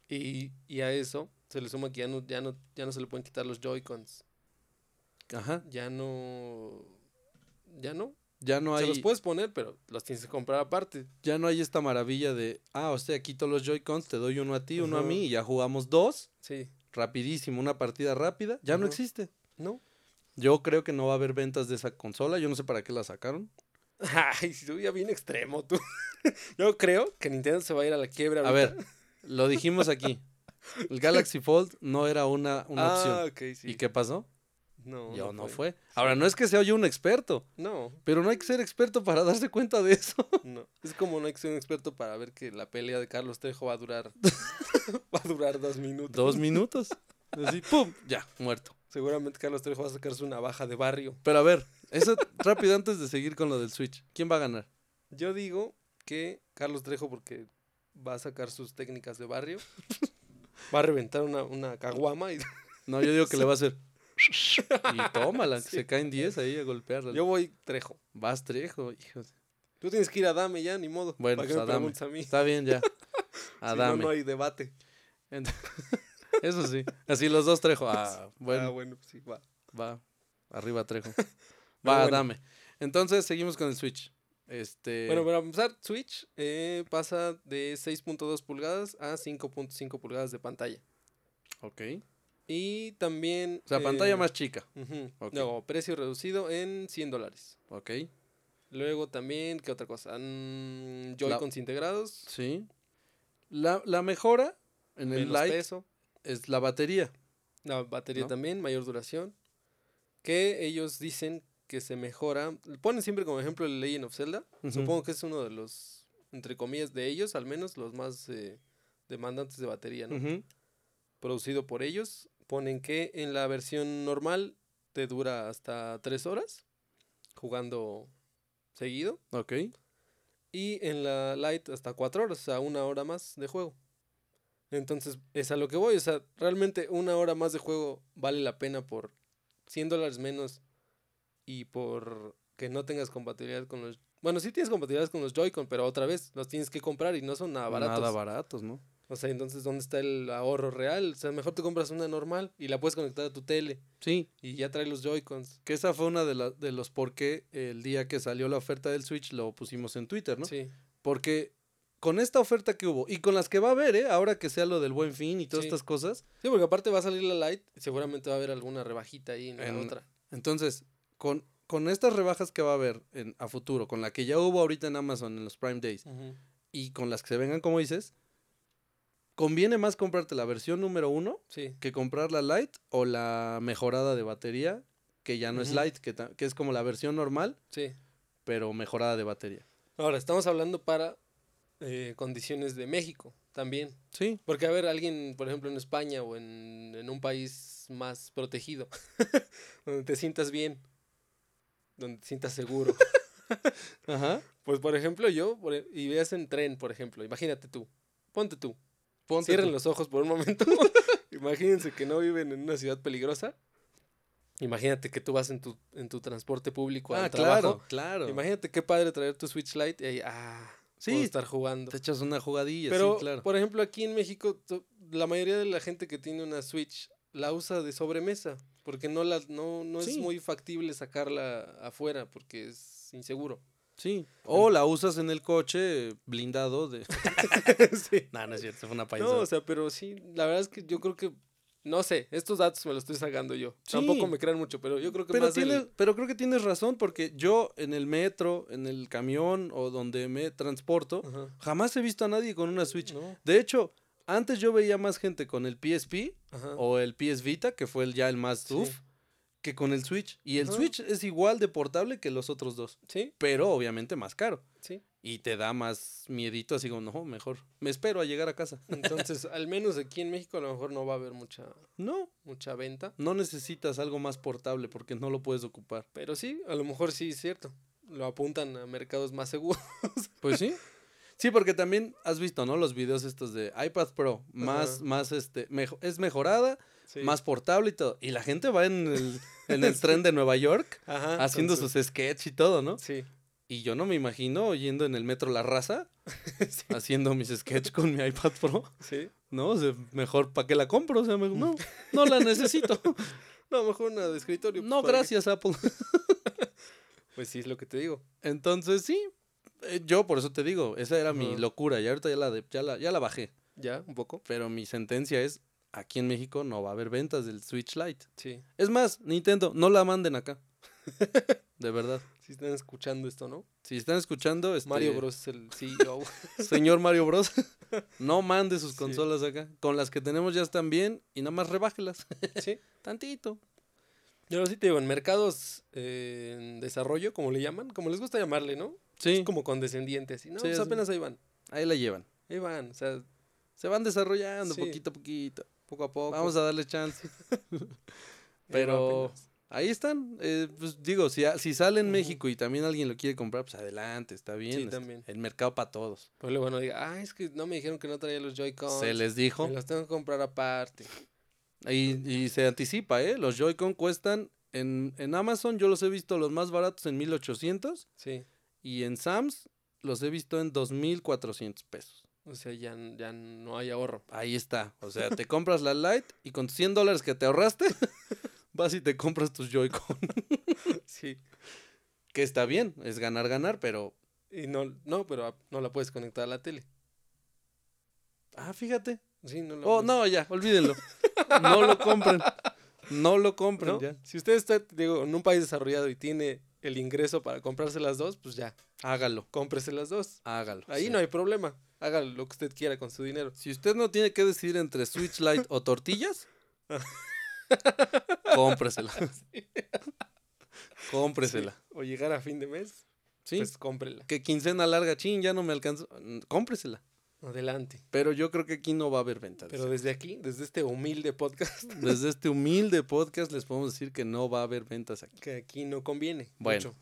Speaker 1: Y, y a eso se le suma que ya no, ya no, ya no se le pueden quitar los Joy-Cons.
Speaker 2: Ajá,
Speaker 1: Ya no. Ya no.
Speaker 2: ya no
Speaker 1: Se los
Speaker 2: hay,
Speaker 1: puedes poner, pero los tienes que comprar aparte.
Speaker 2: ya no hay esta maravilla de, ah, o sea, quito los Joy-Cons, te doy uno a ti, uno a
Speaker 1: Ajá.
Speaker 2: mí, y ya jugamos dos,
Speaker 1: Sí.
Speaker 2: rapidísimo, una partida rápida, ya no
Speaker 1: Ajá.
Speaker 2: existe.
Speaker 1: ¿No? [laughs]
Speaker 2: Yo creo que no va a haber ventas de esa consola, yo no sé para qué la sacaron.
Speaker 1: Ay, si tú ya bien extremo, tú. [laughs] Yo creo que Nintendo se va a ir a la quiebra.
Speaker 2: A ver, lo
Speaker 1: [laughs]
Speaker 2: dijimos aquí, el Galaxy Fold no era una, una
Speaker 1: Ah,
Speaker 2: opción.
Speaker 1: ok, sí.
Speaker 2: ¿Y qué pasó?
Speaker 1: No,
Speaker 2: yo no fue. Ahora, no es que sea yo un experto, [laughs]
Speaker 1: No,
Speaker 2: pero no hay que ser experto para [laughs] darse cuenta de eso.
Speaker 1: no. Es como no hay que ser un experto para ver que la pelea de Carlos Trejo va a
Speaker 2: [laughs]
Speaker 1: durar. [laughs] va a durar dos minutos.
Speaker 2: Dos minutos, así, pum, [laughs] ya, muerto.
Speaker 1: Seguramente Carlos Trejo va a sacar su navaja de barrio.
Speaker 2: Pero a ver, eso [laughs] rápido antes de seguir con lo del Switch. ¿Quién va a ganar?
Speaker 1: Yo digo que Carlos Trejo, porque va a sacar sus técnicas de
Speaker 2: [laughs]
Speaker 1: barrio, va a reventar una, una caguama y
Speaker 2: No, yo digo que le va
Speaker 1: [laughs]
Speaker 2: a hacer. Y tómala, que
Speaker 1: Sí.
Speaker 2: se caen 10 ahí a golpearla.
Speaker 1: yo voy Trejo.
Speaker 2: Vas Trejo, hijo.
Speaker 1: Tú tienes que ir a Dame ya, ni modo.
Speaker 2: Bueno,
Speaker 1: ¿Para
Speaker 2: pues,
Speaker 1: que me
Speaker 2: Adame.
Speaker 1: preguntes a mí?
Speaker 2: Está bien ya.
Speaker 1: [laughs] Si
Speaker 2: Adame.
Speaker 1: no, no hay debate.
Speaker 2: Ent- Eso sí. Así los dos Trejo. Ah,
Speaker 1: Ah,
Speaker 2: bueno,
Speaker 1: bueno, sí, va.
Speaker 2: va. Arriba
Speaker 1: [laughs]
Speaker 2: Trejo.
Speaker 1: Pero
Speaker 2: Va,
Speaker 1: bueno.
Speaker 2: Adame. Entonces, seguimos con el Switch. Este.
Speaker 1: Bueno, para empezar, Switch eh, pasa de 6.2 pulgadas a 5.5 pulgadas de pantalla.
Speaker 2: Ok.
Speaker 1: Y también...
Speaker 2: O sea,
Speaker 1: eh,
Speaker 2: pantalla más chica.
Speaker 1: ujú,
Speaker 2: Ok.
Speaker 1: No, precio reducido en 100 dólares.
Speaker 2: Ok.
Speaker 1: Luego también, ¿qué otra cosa? Mm, Joy-Cons integrados.
Speaker 2: Sí. La, la mejora en el
Speaker 1: menos
Speaker 2: Lite
Speaker 1: peso.
Speaker 2: es la batería.
Speaker 1: La batería
Speaker 2: ¿no?
Speaker 1: también, mayor duración. Que ellos dicen que se mejora. Ponen siempre como ejemplo el Legend of Zelda.
Speaker 2: Ujú.
Speaker 1: Supongo que es uno de los, entre comillas, de ellos, al menos los más eh, demandantes de batería, ¿no?
Speaker 2: Ujú.
Speaker 1: Producido por ellos. Ponen que en la versión normal te dura hasta tres horas jugando seguido.
Speaker 2: Ok.
Speaker 1: Y en la Lite hasta cuatro horas, o sea, una hora más de juego. Entonces, es a lo que voy. O sea, realmente una hora más de juego vale la pena por 100 dólares menos y por que no tengas compatibilidad con los... Bueno, sí tienes compatibilidad con los Joy-Con, pero otra vez, los tienes que comprar y no son nada baratos.
Speaker 2: Nada baratos, ¿no?
Speaker 1: O sea, entonces, ¿dónde está el ahorro real? O sea, mejor te compras una normal y la puedes conectar a tu tele
Speaker 2: Sí,
Speaker 1: y ya trae los Joy-Cons.
Speaker 2: que esa fue una de, la- de los por qué el día que salió la oferta del Switch lo pusimos en Twitter, ¿no?
Speaker 1: Sí.
Speaker 2: Porque con esta oferta que hubo y con las que va a haber, ¿eh? Ahora que sea lo del buen fin y todas
Speaker 1: Sí.
Speaker 2: estas cosas,
Speaker 1: Sí, porque aparte va a salir la Lite y seguramente va a haber alguna rebajita ahí en,
Speaker 2: En-
Speaker 1: la otra.
Speaker 2: Entonces, con, con estas rebajas que va a haber en, a futuro, con la que ya hubo ahorita en Amazon en los Prime Days y con las que se vengan, como dices, conviene más comprarte la versión número uno
Speaker 1: Sí.
Speaker 2: que comprar la Lite o la mejorada de batería, que ya no es
Speaker 1: Ujú.
Speaker 2: Lite, que, ta- que es como la versión normal,
Speaker 1: Sí.
Speaker 2: pero mejorada de batería.
Speaker 1: Ahora, estamos hablando para eh, condiciones de México también.
Speaker 2: Sí,
Speaker 1: Porque, a ver, alguien, por ejemplo, en España o en, en un país más protegido, [laughs] donde te sientas bien, donde te sientas
Speaker 2: [laughs]
Speaker 1: seguro.
Speaker 2: ajá.
Speaker 1: pues, por ejemplo, yo, por e- y veas en tren, por ejemplo, imagínate tú, ponte tú,
Speaker 2: Ponte
Speaker 1: cierren
Speaker 2: tu-
Speaker 1: los ojos por un
Speaker 2: [laughs]
Speaker 1: momento, imagínense que no viven en una ciudad peligrosa, imagínate que tú vas en tu, en tu transporte público al
Speaker 2: Ah,
Speaker 1: trabajo,
Speaker 2: claro, claro.
Speaker 1: imagínate qué padre traer tu Switch Lite y ahí, ah,
Speaker 2: Sí.
Speaker 1: puedo estar jugando.
Speaker 2: Te echas una jugadilla,
Speaker 1: Pero,
Speaker 2: sí, claro.
Speaker 1: por ejemplo, aquí en México, to- la mayoría de la gente que tiene una Switch la usa de sobremesa, porque no, la, no, no es
Speaker 2: Sí.
Speaker 1: muy factible sacarla afuera, porque es
Speaker 2: [laughs]
Speaker 1: inseguro.
Speaker 2: Sí. O la usas en el coche blindado de... [laughs]
Speaker 1: Sí.
Speaker 2: no, no es cierto, fue una
Speaker 1: No,
Speaker 2: paisada.
Speaker 1: o sea, pero sí, la verdad es que yo creo que, no sé, estos datos me los estoy sacando yo.
Speaker 2: Sí.
Speaker 1: Tampoco me crean mucho, pero yo creo que
Speaker 2: Pero,
Speaker 1: más del-
Speaker 2: tienes- pero creo que tienes razón porque yo en el metro, en el camión o donde me transporto,
Speaker 1: Ajá.
Speaker 2: jamás he visto a nadie con una Switch.
Speaker 1: No,
Speaker 2: De hecho, antes yo veía más gente con el PSP
Speaker 1: ajá.
Speaker 2: o el PS Vita, que fue el, ya el más
Speaker 1: Ah. Sí. Ah.
Speaker 2: uf, que con el Switch. Y el
Speaker 1: Ajá.
Speaker 2: Switch es igual de portable que los otros dos,
Speaker 1: Sí,
Speaker 2: pero obviamente más caro. [laughs]
Speaker 1: sí.
Speaker 2: Y te da más miedito, así como, no, mejor, me espero a llegar a casa.
Speaker 1: Entonces, al menos aquí en México a lo mejor no va a haber mucha,
Speaker 2: No,
Speaker 1: mucha venta.
Speaker 2: no necesitas algo más portable porque no lo puedes ocupar.
Speaker 1: Pero sí, a lo mejor sí es cierto. Lo apuntan a mercados más seguros.
Speaker 2: Pues
Speaker 1: [laughs]
Speaker 2: sí. Sí, porque también has visto, ¿no? Los videos estos de iPad Pro, más,
Speaker 1: Ajá.
Speaker 2: más, este, mejo- es mejorada, más portable y todo. Y la gente va en el, en el tren de
Speaker 1: [laughs]
Speaker 2: Nueva York
Speaker 1: Ajá,
Speaker 2: haciendo
Speaker 1: con su-
Speaker 2: sus sketches y todo, ¿no?
Speaker 1: Sí.
Speaker 2: Y yo no me imagino yendo en el metro La Raza
Speaker 1: [laughs] sí.
Speaker 2: haciendo mis sketches con mi iPad Pro,
Speaker 1: sí.
Speaker 2: ¿no? O sea, mejor, ¿para qué la compro? O sea,
Speaker 1: [laughs]
Speaker 2: me- no, no la necesito.
Speaker 1: No, mejor una de escritorio.
Speaker 2: No,
Speaker 1: pues, para
Speaker 2: gracias, Apple.
Speaker 1: que- Pues sí, es lo que te digo.
Speaker 2: Entonces, sí, eh, yo por eso te digo, esa era mi
Speaker 1: Ajá.
Speaker 2: locura y ahorita ya la, de- ya la, ya la bajé.
Speaker 1: Ya, un poco.
Speaker 2: Pero mi sentencia es, aquí en México no va a haber ventas del Switch Lite.
Speaker 1: Sí.
Speaker 2: Es más, Nintendo, no la manden acá. [laughs] De verdad.
Speaker 1: Si están escuchando esto, ¿no?
Speaker 2: Si están escuchando, este,
Speaker 1: Mario Bros [laughs] es el E CEO.
Speaker 2: [laughs] señor Mario Bros, [laughs] no mande sus
Speaker 1: Sí.
Speaker 2: consolas acá. Con las que tenemos ya están bien y nada
Speaker 1: [laughs]
Speaker 2: más rebájelas.
Speaker 1: sí.
Speaker 2: Tantito.
Speaker 1: Yo sí te digo, en mercados eh, en desarrollo, como le llaman, como les gusta llamarle, ¿no?
Speaker 2: Sí,
Speaker 1: Es como condescendiente, así. No,
Speaker 2: Sí,
Speaker 1: pues
Speaker 2: es-
Speaker 1: apenas ahí van.
Speaker 2: ahí la llevan.
Speaker 1: Ahí van, o sea,
Speaker 2: Se van desarrollando
Speaker 1: Sí.
Speaker 2: poquito a poquito.
Speaker 1: poco a poco.
Speaker 2: Vamos a darle
Speaker 1: [laughs]
Speaker 2: chance.
Speaker 1: ahí va
Speaker 2: [laughs] pero-
Speaker 1: apenas.
Speaker 2: Ahí están. eh, pues digo, si, a- si sale en
Speaker 1: Ujú.
Speaker 2: México y también alguien lo quiere comprar, pues adelante, está bien. está-
Speaker 1: también.
Speaker 2: El mercado para todos.
Speaker 1: Pero luego no diga, ah, es que no me dijeron que no traía los Joy-Cons.
Speaker 2: Se les dijo.
Speaker 1: Me los tengo que comprar aparte.
Speaker 2: Y, y se anticipa, ¿eh? Los Joy-Con cuestan en, en Amazon, yo los he visto los más baratos en 1800
Speaker 1: Sí.
Speaker 2: y en Sams los he visto en 2400 pesos.
Speaker 1: O sea, ya, n- ya no hay ahorro.
Speaker 2: Ahí está. O sea, te compras la Lite y con 100 dólares que te ahorraste, [laughs] vas y te compras tus Joy-Con.
Speaker 1: [laughs] Sí.
Speaker 2: Que está bien, es ganar, ganar, pero.
Speaker 1: Y no, no, pero ah, no la puedes conectar a la tele.
Speaker 2: Ah, fíjate.
Speaker 1: Sí, no la
Speaker 2: Oh,
Speaker 1: puedes-
Speaker 2: no, ya, olvídenlo. No lo compren. No lo compren,
Speaker 1: ¿no?
Speaker 2: ya.
Speaker 1: Si usted está, digo, en un país desarrollado y tiene el ingreso para comprarse las dos, pues ya,
Speaker 2: Hágalo,
Speaker 1: cómprese las dos.
Speaker 2: hágalo.
Speaker 1: Ahí
Speaker 2: sí.
Speaker 1: no hay problema. Haga lo que usted quiera con su dinero.
Speaker 2: Si usted no tiene que decidir entre Switch Lite o tortillas,
Speaker 1: Ah.
Speaker 2: [laughs]
Speaker 1: [laughs]
Speaker 2: cómpresela. cómpresela.
Speaker 1: O llegar a fin de mes,
Speaker 2: Sí.
Speaker 1: pues cómprela.
Speaker 2: que quincena larga, chin, ya no me alcanza. Mm, Cómpresela.
Speaker 1: Adelante.
Speaker 2: Pero yo creo que aquí no va a haber ventas.
Speaker 1: Pero desde aquí, desde este humilde [laughs] podcast,
Speaker 2: Desde este humilde podcast les podemos decir que no va a haber ventas aquí.
Speaker 1: que aquí no conviene.
Speaker 2: Bueno.
Speaker 1: mucho.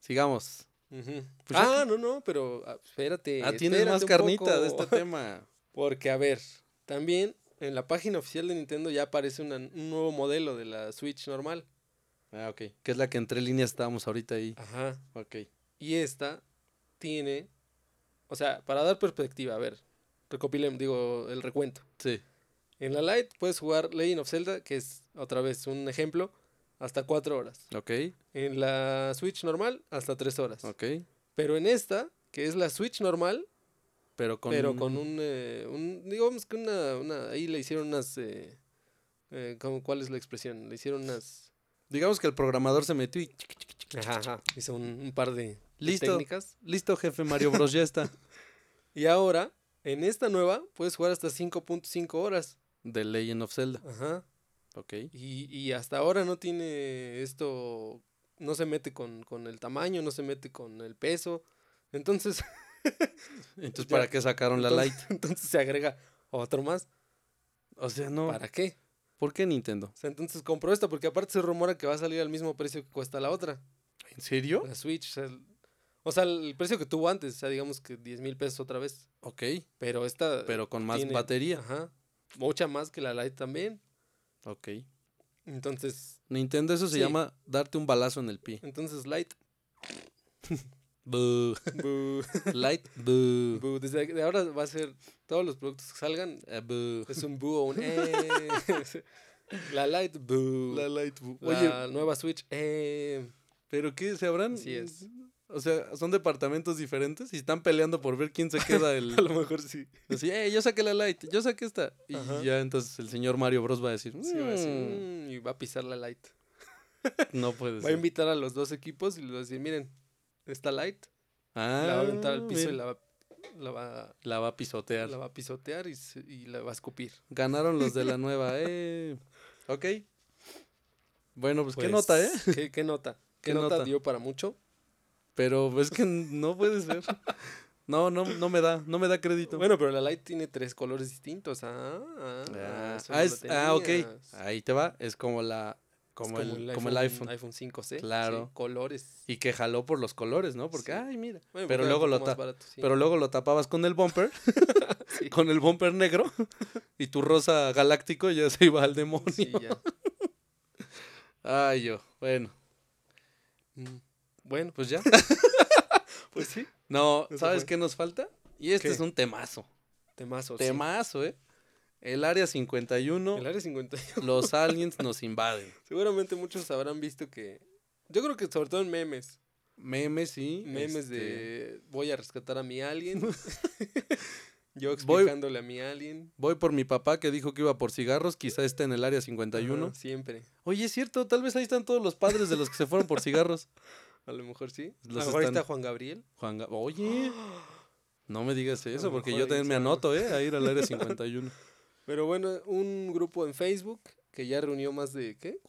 Speaker 2: Sigamos.
Speaker 1: Ujú.
Speaker 2: Pues ya
Speaker 1: ah, no, no, pero ah, espérate.
Speaker 2: Ah, tienes
Speaker 1: espérate
Speaker 2: más
Speaker 1: un
Speaker 2: carnita de
Speaker 1: poco. [laughs]
Speaker 2: este tema.
Speaker 1: Porque, a ver, también en la página oficial de Nintendo ya aparece una- un nuevo modelo de la Switch normal.
Speaker 2: Ah, ok. Que es la que entre líneas estábamos ahorita ahí.
Speaker 1: Ajá.
Speaker 2: Ok.
Speaker 1: Y esta tiene. O sea, para dar perspectiva, a ver. recopilemos, digo, el recuento.
Speaker 2: Sí.
Speaker 1: En la Light puedes jugar Legend of Zelda, que es otra vez un ejemplo, hasta 4 horas.
Speaker 2: Ok,
Speaker 1: En la Switch normal, hasta 3 horas.
Speaker 2: ok.
Speaker 1: Pero en esta, que es la Switch normal,
Speaker 2: Pero con,
Speaker 1: pero con un, eh, un- digamos que una, una- ahí le hicieron unas, eh, eh, ¿cómo- ¿cuál es la expresión? Le hicieron unas,
Speaker 2: Digamos que el programador se metió y...
Speaker 1: ajá, ajá, hizo un, un par de, de
Speaker 2: Listo.
Speaker 1: técnicas.
Speaker 2: Listo, jefe Mario Bros,
Speaker 1: [laughs]
Speaker 2: ya está.
Speaker 1: Y ahora, en esta nueva, puedes jugar hasta 5.5 horas.
Speaker 2: The Legend of Zelda.
Speaker 1: Ajá.
Speaker 2: Ok.
Speaker 1: Y, y hasta ahora no tiene esto, no se mete con, con el tamaño, no se mete con el peso. [laughs] Entonces,
Speaker 2: Entonces,
Speaker 1: Ya.
Speaker 2: ¿para qué sacaron la
Speaker 1: entonces-
Speaker 2: Lite?
Speaker 1: entonces se agrega otro más.
Speaker 2: O sea, no.
Speaker 1: ¿Para qué?
Speaker 2: ¿Por qué Nintendo?
Speaker 1: O sea, entonces compró esta porque aparte se rumora que va a salir al mismo precio que cuesta la otra,
Speaker 2: ¿En serio?
Speaker 1: la Switch. O sea, el, o sea, el precio que tuvo antes, o sea, digamos que 10 mil pesos otra vez.
Speaker 2: Ok,
Speaker 1: Pero esta...
Speaker 2: pero con más
Speaker 1: tiene-
Speaker 2: batería.
Speaker 1: Ajá. Mucha más que la Lite también.
Speaker 2: Ok.
Speaker 1: Entonces,
Speaker 2: Nintendo, eso se
Speaker 1: Sí.
Speaker 2: llama darte un balazo en
Speaker 1: [laughs]
Speaker 2: el pie.
Speaker 1: entonces Lite...
Speaker 2: Boo.
Speaker 1: [laughs] bu-
Speaker 2: Light. Boo.
Speaker 1: bu- desde de ahora va a ser todos los productos que salgan
Speaker 2: Eh, boo.
Speaker 1: Es un boo o un eh. [laughs] La light boo. La,
Speaker 2: Light Boo.
Speaker 1: nueva Switch eh.
Speaker 2: ¿Pero qué? ¿Se habrán?
Speaker 1: Así es.
Speaker 2: O sea, son departamentos diferentes y están peleando por
Speaker 1: [laughs]
Speaker 2: ver quién se queda el.
Speaker 1: [laughs] A lo mejor sí.
Speaker 2: Así, eh, yo saqué la light, yo saqué esta. Y
Speaker 1: Ajá.
Speaker 2: ya entonces el señor Mario Bros va a decir,
Speaker 1: Sí, va a decir,
Speaker 2: "Mm,
Speaker 1: "Mm", y va a pisar la light.
Speaker 2: no puede
Speaker 1: Va a
Speaker 2: ser.
Speaker 1: invitar a los dos equipos y les va a decir, miren, esta light
Speaker 2: Ah,
Speaker 1: la va a aventar al piso
Speaker 2: mira,
Speaker 1: y la va, la va,
Speaker 2: la va a pisotear.
Speaker 1: la va a pisotear y, se- y la va a escupir.
Speaker 2: Ganaron los
Speaker 1: [laughs]
Speaker 2: de la nueva, eh. Ok. Bueno, pues, qué
Speaker 1: Pues,
Speaker 2: nota, ¿eh?
Speaker 1: ¿Qué, qué
Speaker 2: [laughs]
Speaker 1: nota? ¿Qué,
Speaker 2: ¿Qué
Speaker 1: nota,
Speaker 2: nota?
Speaker 1: dio para mucho?
Speaker 2: Pero es que no puede ser. No, no, no me da, no me da crédito.
Speaker 1: Bueno, pero la light tiene tres colores distintos. Ah, ah,
Speaker 2: ah,
Speaker 1: eso
Speaker 2: ah,
Speaker 1: no lo
Speaker 2: es- ah, ok.
Speaker 1: tenías.
Speaker 2: Ahí te va. Es como la,
Speaker 1: Es
Speaker 2: como, el, como el iPhone.
Speaker 1: iPhone 5C.
Speaker 2: Claro.
Speaker 1: sí, colores.
Speaker 2: Y que jaló por los colores, ¿no? Porque,
Speaker 1: Sí.
Speaker 2: ay, mira.
Speaker 1: Bueno,
Speaker 2: Pero
Speaker 1: porque era
Speaker 2: luego
Speaker 1: un
Speaker 2: lo
Speaker 1: poco más
Speaker 2: ta-
Speaker 1: barato, sí.
Speaker 2: Pero luego lo tapabas con el bumper,
Speaker 1: [laughs] Sí.
Speaker 2: [laughs] con el bumper negro, y tu rosa galáctico ya se iba al demonio.
Speaker 1: Sí, ya.
Speaker 2: Ay, yo. Bueno,
Speaker 1: Mm. Bueno, [laughs]
Speaker 2: pues ya.
Speaker 1: pues sí.
Speaker 2: No,
Speaker 1: Eso
Speaker 2: ¿sabes
Speaker 1: fue.
Speaker 2: qué nos falta? Y este
Speaker 1: ¿Qué?
Speaker 2: es un temazo.
Speaker 1: Temazo. sí.
Speaker 2: Temazo, ¿eh? El área 51,
Speaker 1: El área 50.
Speaker 2: los aliens nos invaden.
Speaker 1: [laughs] Seguramente muchos habrán visto que. Yo creo que sobre todo en memes.
Speaker 2: Memes, sí.
Speaker 1: Memes
Speaker 2: este,
Speaker 1: de voy a rescatar a mi
Speaker 2: [laughs]
Speaker 1: alien. [laughs] Yo
Speaker 2: Voy-
Speaker 1: explicándole a mi alien.
Speaker 2: Voy por mi papá que dijo que iba por cigarros, quizá esté en el área 51.
Speaker 1: Ajá, siempre.
Speaker 2: Oye, es cierto, tal vez ahí están todos los padres de los que se fueron
Speaker 1: [laughs]
Speaker 2: por cigarros.
Speaker 1: A lo mejor sí. A
Speaker 2: Los
Speaker 1: lo mejor ahí
Speaker 2: están-
Speaker 1: está Juan Gabriel.
Speaker 2: Juan Ga- oye, no me digas eso,
Speaker 1: lo
Speaker 2: porque
Speaker 1: mejor
Speaker 2: yo
Speaker 1: ahí
Speaker 2: también me
Speaker 1: está.
Speaker 2: anoto, ¿eh? A ir al área
Speaker 1: [laughs]
Speaker 2: 51.
Speaker 1: Pero bueno, un grupo en Facebook que ya reunió más de. ¿Qué?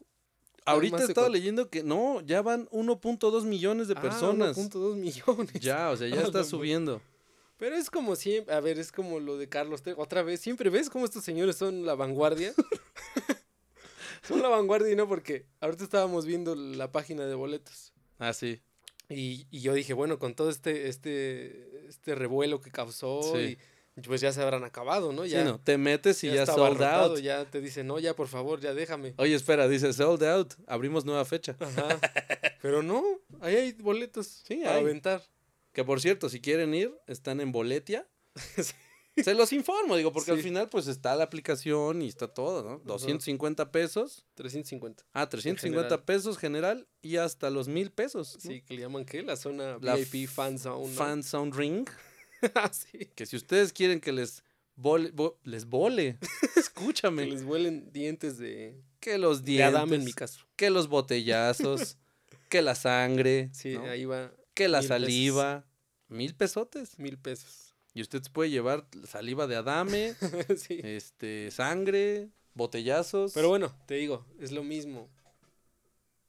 Speaker 2: Ahorita
Speaker 1: Además de
Speaker 2: estaba
Speaker 1: con-
Speaker 2: leyendo que no, ya van 1.2 millones de
Speaker 1: Ah,
Speaker 2: personas.
Speaker 1: 1.2 millones.
Speaker 2: ya, o sea,
Speaker 1: [laughs]
Speaker 2: ya
Speaker 1: A
Speaker 2: está
Speaker 1: la
Speaker 2: subiendo.
Speaker 1: Pero es como siempre, a ver, es como lo de Carlos Trejo. Otra vez, siempre ves cómo estos señores son la
Speaker 2: [laughs]
Speaker 1: vanguardia. [laughs] son la vanguardia y no porque ahorita estábamos viendo la página de boletos.
Speaker 2: Ah, sí.
Speaker 1: Y, y yo dije, bueno, con todo este, este, este revuelo que causó,
Speaker 2: Sí.
Speaker 1: y pues ya se habrán acabado, ¿no?
Speaker 2: Sí,
Speaker 1: Ya,
Speaker 2: no, te metes y
Speaker 1: ya
Speaker 2: ya,
Speaker 1: está
Speaker 2: sold
Speaker 1: abarrotado,
Speaker 2: out.
Speaker 1: ya te dicen, no, ya por favor, ya déjame.
Speaker 2: Oye, espera, dice sold out, abrimos nueva fecha. [laughs]
Speaker 1: Ajá. Pero no, ahí hay boletos
Speaker 2: Sí,
Speaker 1: para
Speaker 2: hay.
Speaker 1: aventar.
Speaker 2: Que por cierto, si quieren ir, están en Boletia.
Speaker 1: [laughs] Sí.
Speaker 2: Se los informo, digo, porque al
Speaker 1: Sí.
Speaker 2: final pues está la aplicación y está todo, ¿no? 250 pesos.
Speaker 1: 350.
Speaker 2: Ah, 350
Speaker 1: general.
Speaker 2: pesos general y hasta los mil pesos. ¿no?
Speaker 1: Sí, que le llaman, ¿qué? La zona
Speaker 2: La
Speaker 1: VIP Fan Zone. ¿no? [laughs] Ah,
Speaker 2: Fan Sound Ring.
Speaker 1: sí.
Speaker 2: Que si ustedes quieren que les vole, vo-
Speaker 1: [laughs]
Speaker 2: les vole, [laughs]
Speaker 1: Que
Speaker 2: escúchame,
Speaker 1: les huelen dientes de,
Speaker 2: que los
Speaker 1: de Adame en mi
Speaker 2: dientes,
Speaker 1: caso.
Speaker 2: que los
Speaker 1: [laughs]
Speaker 2: botellazos, que la sangre,
Speaker 1: Sí,
Speaker 2: ¿no?
Speaker 1: ahí va
Speaker 2: que la
Speaker 1: mil pesos.
Speaker 2: saliva, mil pesotes.
Speaker 1: mil pesos. [laughs]
Speaker 2: Y usted se puede llevar saliva de Adame,
Speaker 1: sí.
Speaker 2: [laughs] este, sangre, botellazos.
Speaker 1: Pero bueno, te digo, es lo mismo.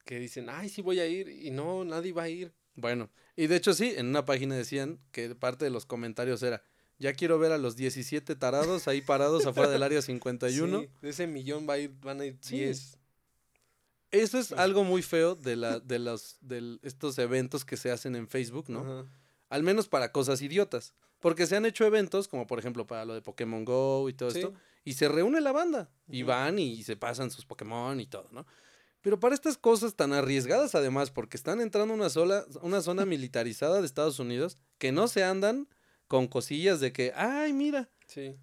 Speaker 1: Que dicen, ay, sí voy a ir. Y no, nadie va a ir.
Speaker 2: Bueno, y de hecho sí, en una página decían que parte de los comentarios era, ya quiero ver a los 17 tarados ahí parados afuera del área 51.
Speaker 1: Sí, de ese millón va a ir, van a ir
Speaker 2: Sí.
Speaker 1: 10.
Speaker 2: Eso es
Speaker 1: Sí.
Speaker 2: algo muy feo de, la, de, los, de estos eventos que se hacen en Facebook, ¿no?
Speaker 1: Ajá.
Speaker 2: Al menos para cosas idiotas. Porque se han hecho eventos, como por ejemplo para lo de Pokémon Go y todo
Speaker 1: Sí.
Speaker 2: esto, y se reúne la banda, y
Speaker 1: Ujú.
Speaker 2: van y se pasan sus Pokémon y todo, ¿no? Pero para estas cosas tan arriesgadas además, porque están entrando a una, sola,
Speaker 1: [laughs]
Speaker 2: una zona militarizada de Estados Unidos, que no se andan con cosillas de que, ay, mira,
Speaker 1: Sí.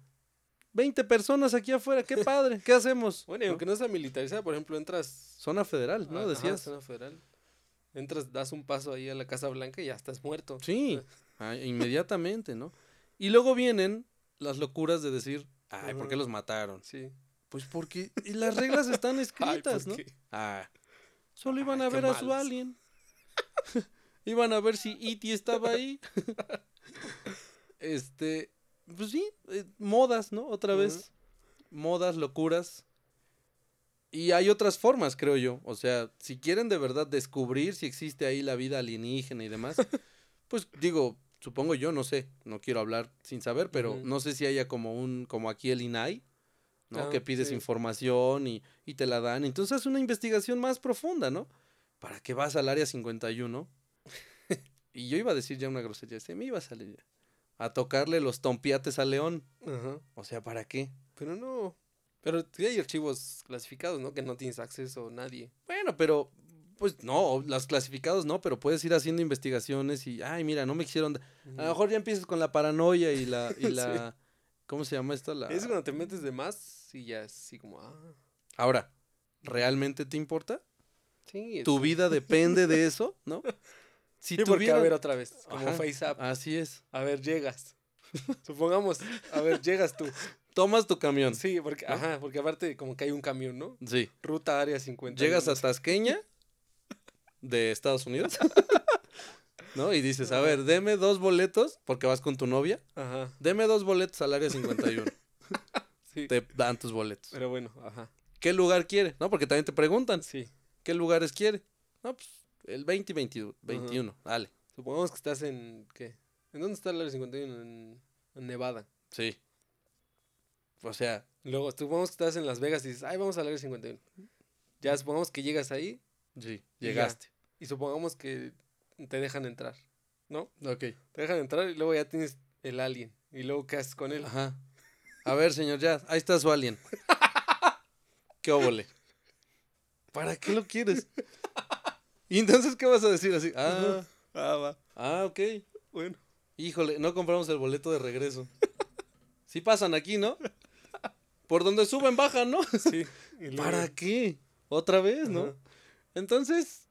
Speaker 2: 20 personas aquí afuera, qué padre, ¿qué hacemos?
Speaker 1: [laughs] Bueno, y aunque no sea militarizada, por ejemplo, entras.
Speaker 2: Zona federal,
Speaker 1: a-
Speaker 2: ¿no?
Speaker 1: ajá,
Speaker 2: Decías.
Speaker 1: zona federal. Entras, das un paso ahí a la Casa Blanca y ya estás muerto.
Speaker 2: Sí,
Speaker 1: [laughs]
Speaker 2: ah, inmediatamente, ¿no? Y luego vienen las locuras de decir, ay, ¿por qué
Speaker 1: Ajá.
Speaker 2: los mataron?
Speaker 1: Sí.
Speaker 2: Pues
Speaker 1: [laughs]
Speaker 2: porque y las reglas están
Speaker 1: Ay, ¿por
Speaker 2: escritas, ¿no?
Speaker 1: qué?
Speaker 2: Ah, solo iban
Speaker 1: Ay,
Speaker 2: a
Speaker 1: qué
Speaker 2: ver a su
Speaker 1: malos.
Speaker 2: alien. [laughs] iban a ver si E.T. estaba ahí. [laughs] este, pues sí, eh, modas, ¿no? Otra vez, modas, locuras. Y hay otras formas, creo yo. O sea, si quieren de verdad descubrir si existe ahí la vida alienígena
Speaker 1: [laughs]
Speaker 2: y demás, pues digo, supongo yo, no sé, no quiero hablar sin saber, pero
Speaker 1: Ujú.
Speaker 2: no sé si haya como un, como aquí el INAI, ¿no?
Speaker 1: Ah,
Speaker 2: que pides
Speaker 1: sí.
Speaker 2: información y, y te la dan. Entonces es una investigación más profunda, ¿no? ¿Para qué vas al área 51? [laughs] y yo iba a decir ya una grosería, se me iba a salir ya. A tocarle los tompiates a León.
Speaker 1: Ajá.
Speaker 2: O sea, ¿para qué?
Speaker 1: Pero no. Pero sí hay archivos clasificados, ¿no? Que no tienes acceso a nadie.
Speaker 2: Bueno, pero pues no, las clasificados no, pero puedes ir haciendo investigaciones y, ay, mira, no me quisieron... da-". A lo mejor ya empiezas con la paranoia y la... Y
Speaker 1: [laughs] Sí.
Speaker 2: la ¿Cómo se llama esta? La...
Speaker 1: Es cuando te metes de más y ya es así como, ah,
Speaker 2: Ahora, ¿realmente te importa?
Speaker 1: sí. es-
Speaker 2: ¿Tu vida depende de eso?
Speaker 1: [laughs]
Speaker 2: ¿No?
Speaker 1: Sí,
Speaker 2: Si
Speaker 1: porque a
Speaker 2: tuvieran-
Speaker 1: ver otra vez, como
Speaker 2: Ajá, Ah.
Speaker 1: face up,
Speaker 2: Así es.
Speaker 1: a ver, llegas. [laughs] Supongamos, a ver, llegas tú.
Speaker 2: Tomas tu [laughs] camión. Sí.
Speaker 1: Sí, porque, ajá, porque aparte como que hay un camión, ¿no? Ruta área 50.
Speaker 2: Llegas
Speaker 1: [laughs]
Speaker 2: a Tasqueña de Estados Unidos. ¿No? Y dices, a ver, deme dos boletos, porque vas con tu novia.
Speaker 1: Ajá,
Speaker 2: Deme dos boletos al
Speaker 1: [laughs]
Speaker 2: área 51.
Speaker 1: sí.
Speaker 2: Te dan tus boletos.
Speaker 1: Pero bueno, ajá,
Speaker 2: ¿Qué lugar quiere? No, porque también te preguntan,
Speaker 1: sí.
Speaker 2: ¿qué lugares quiere? No, pues el 20 y 22, 21. Dale.
Speaker 1: Supongamos que estás en, ¿qué? ¿En dónde está el área 51? En, en Nevada.
Speaker 2: Sí. O sea,
Speaker 1: Luego, supongamos que estás en Las Vegas y dices, ay, vamos al área 51. Ya supongamos que llegas ahí
Speaker 2: sí,
Speaker 1: ya.
Speaker 2: llegaste.
Speaker 1: y supongamos que te dejan entrar, ¿no?
Speaker 2: Ok.
Speaker 1: Te dejan entrar y luego ya tienes el alien. Y luego qué haces con él.
Speaker 2: Ajá. A ver, señor, ya, ahí está su [laughs] alien. ¿Qué óvole? ¿Para qué lo quieres? ¿Y entonces qué vas a decir así? Ah,
Speaker 1: Ah, va.
Speaker 2: ah, ok.
Speaker 1: Bueno.
Speaker 2: Híjole, no compramos el boleto de regreso. Sí pasan aquí, ¿no? Por donde suben, bajan, ¿no?
Speaker 1: Sí. y luego-
Speaker 2: [laughs] ¿Para qué? Otra vez, ¿no?
Speaker 1: Ajá.
Speaker 2: Entonces,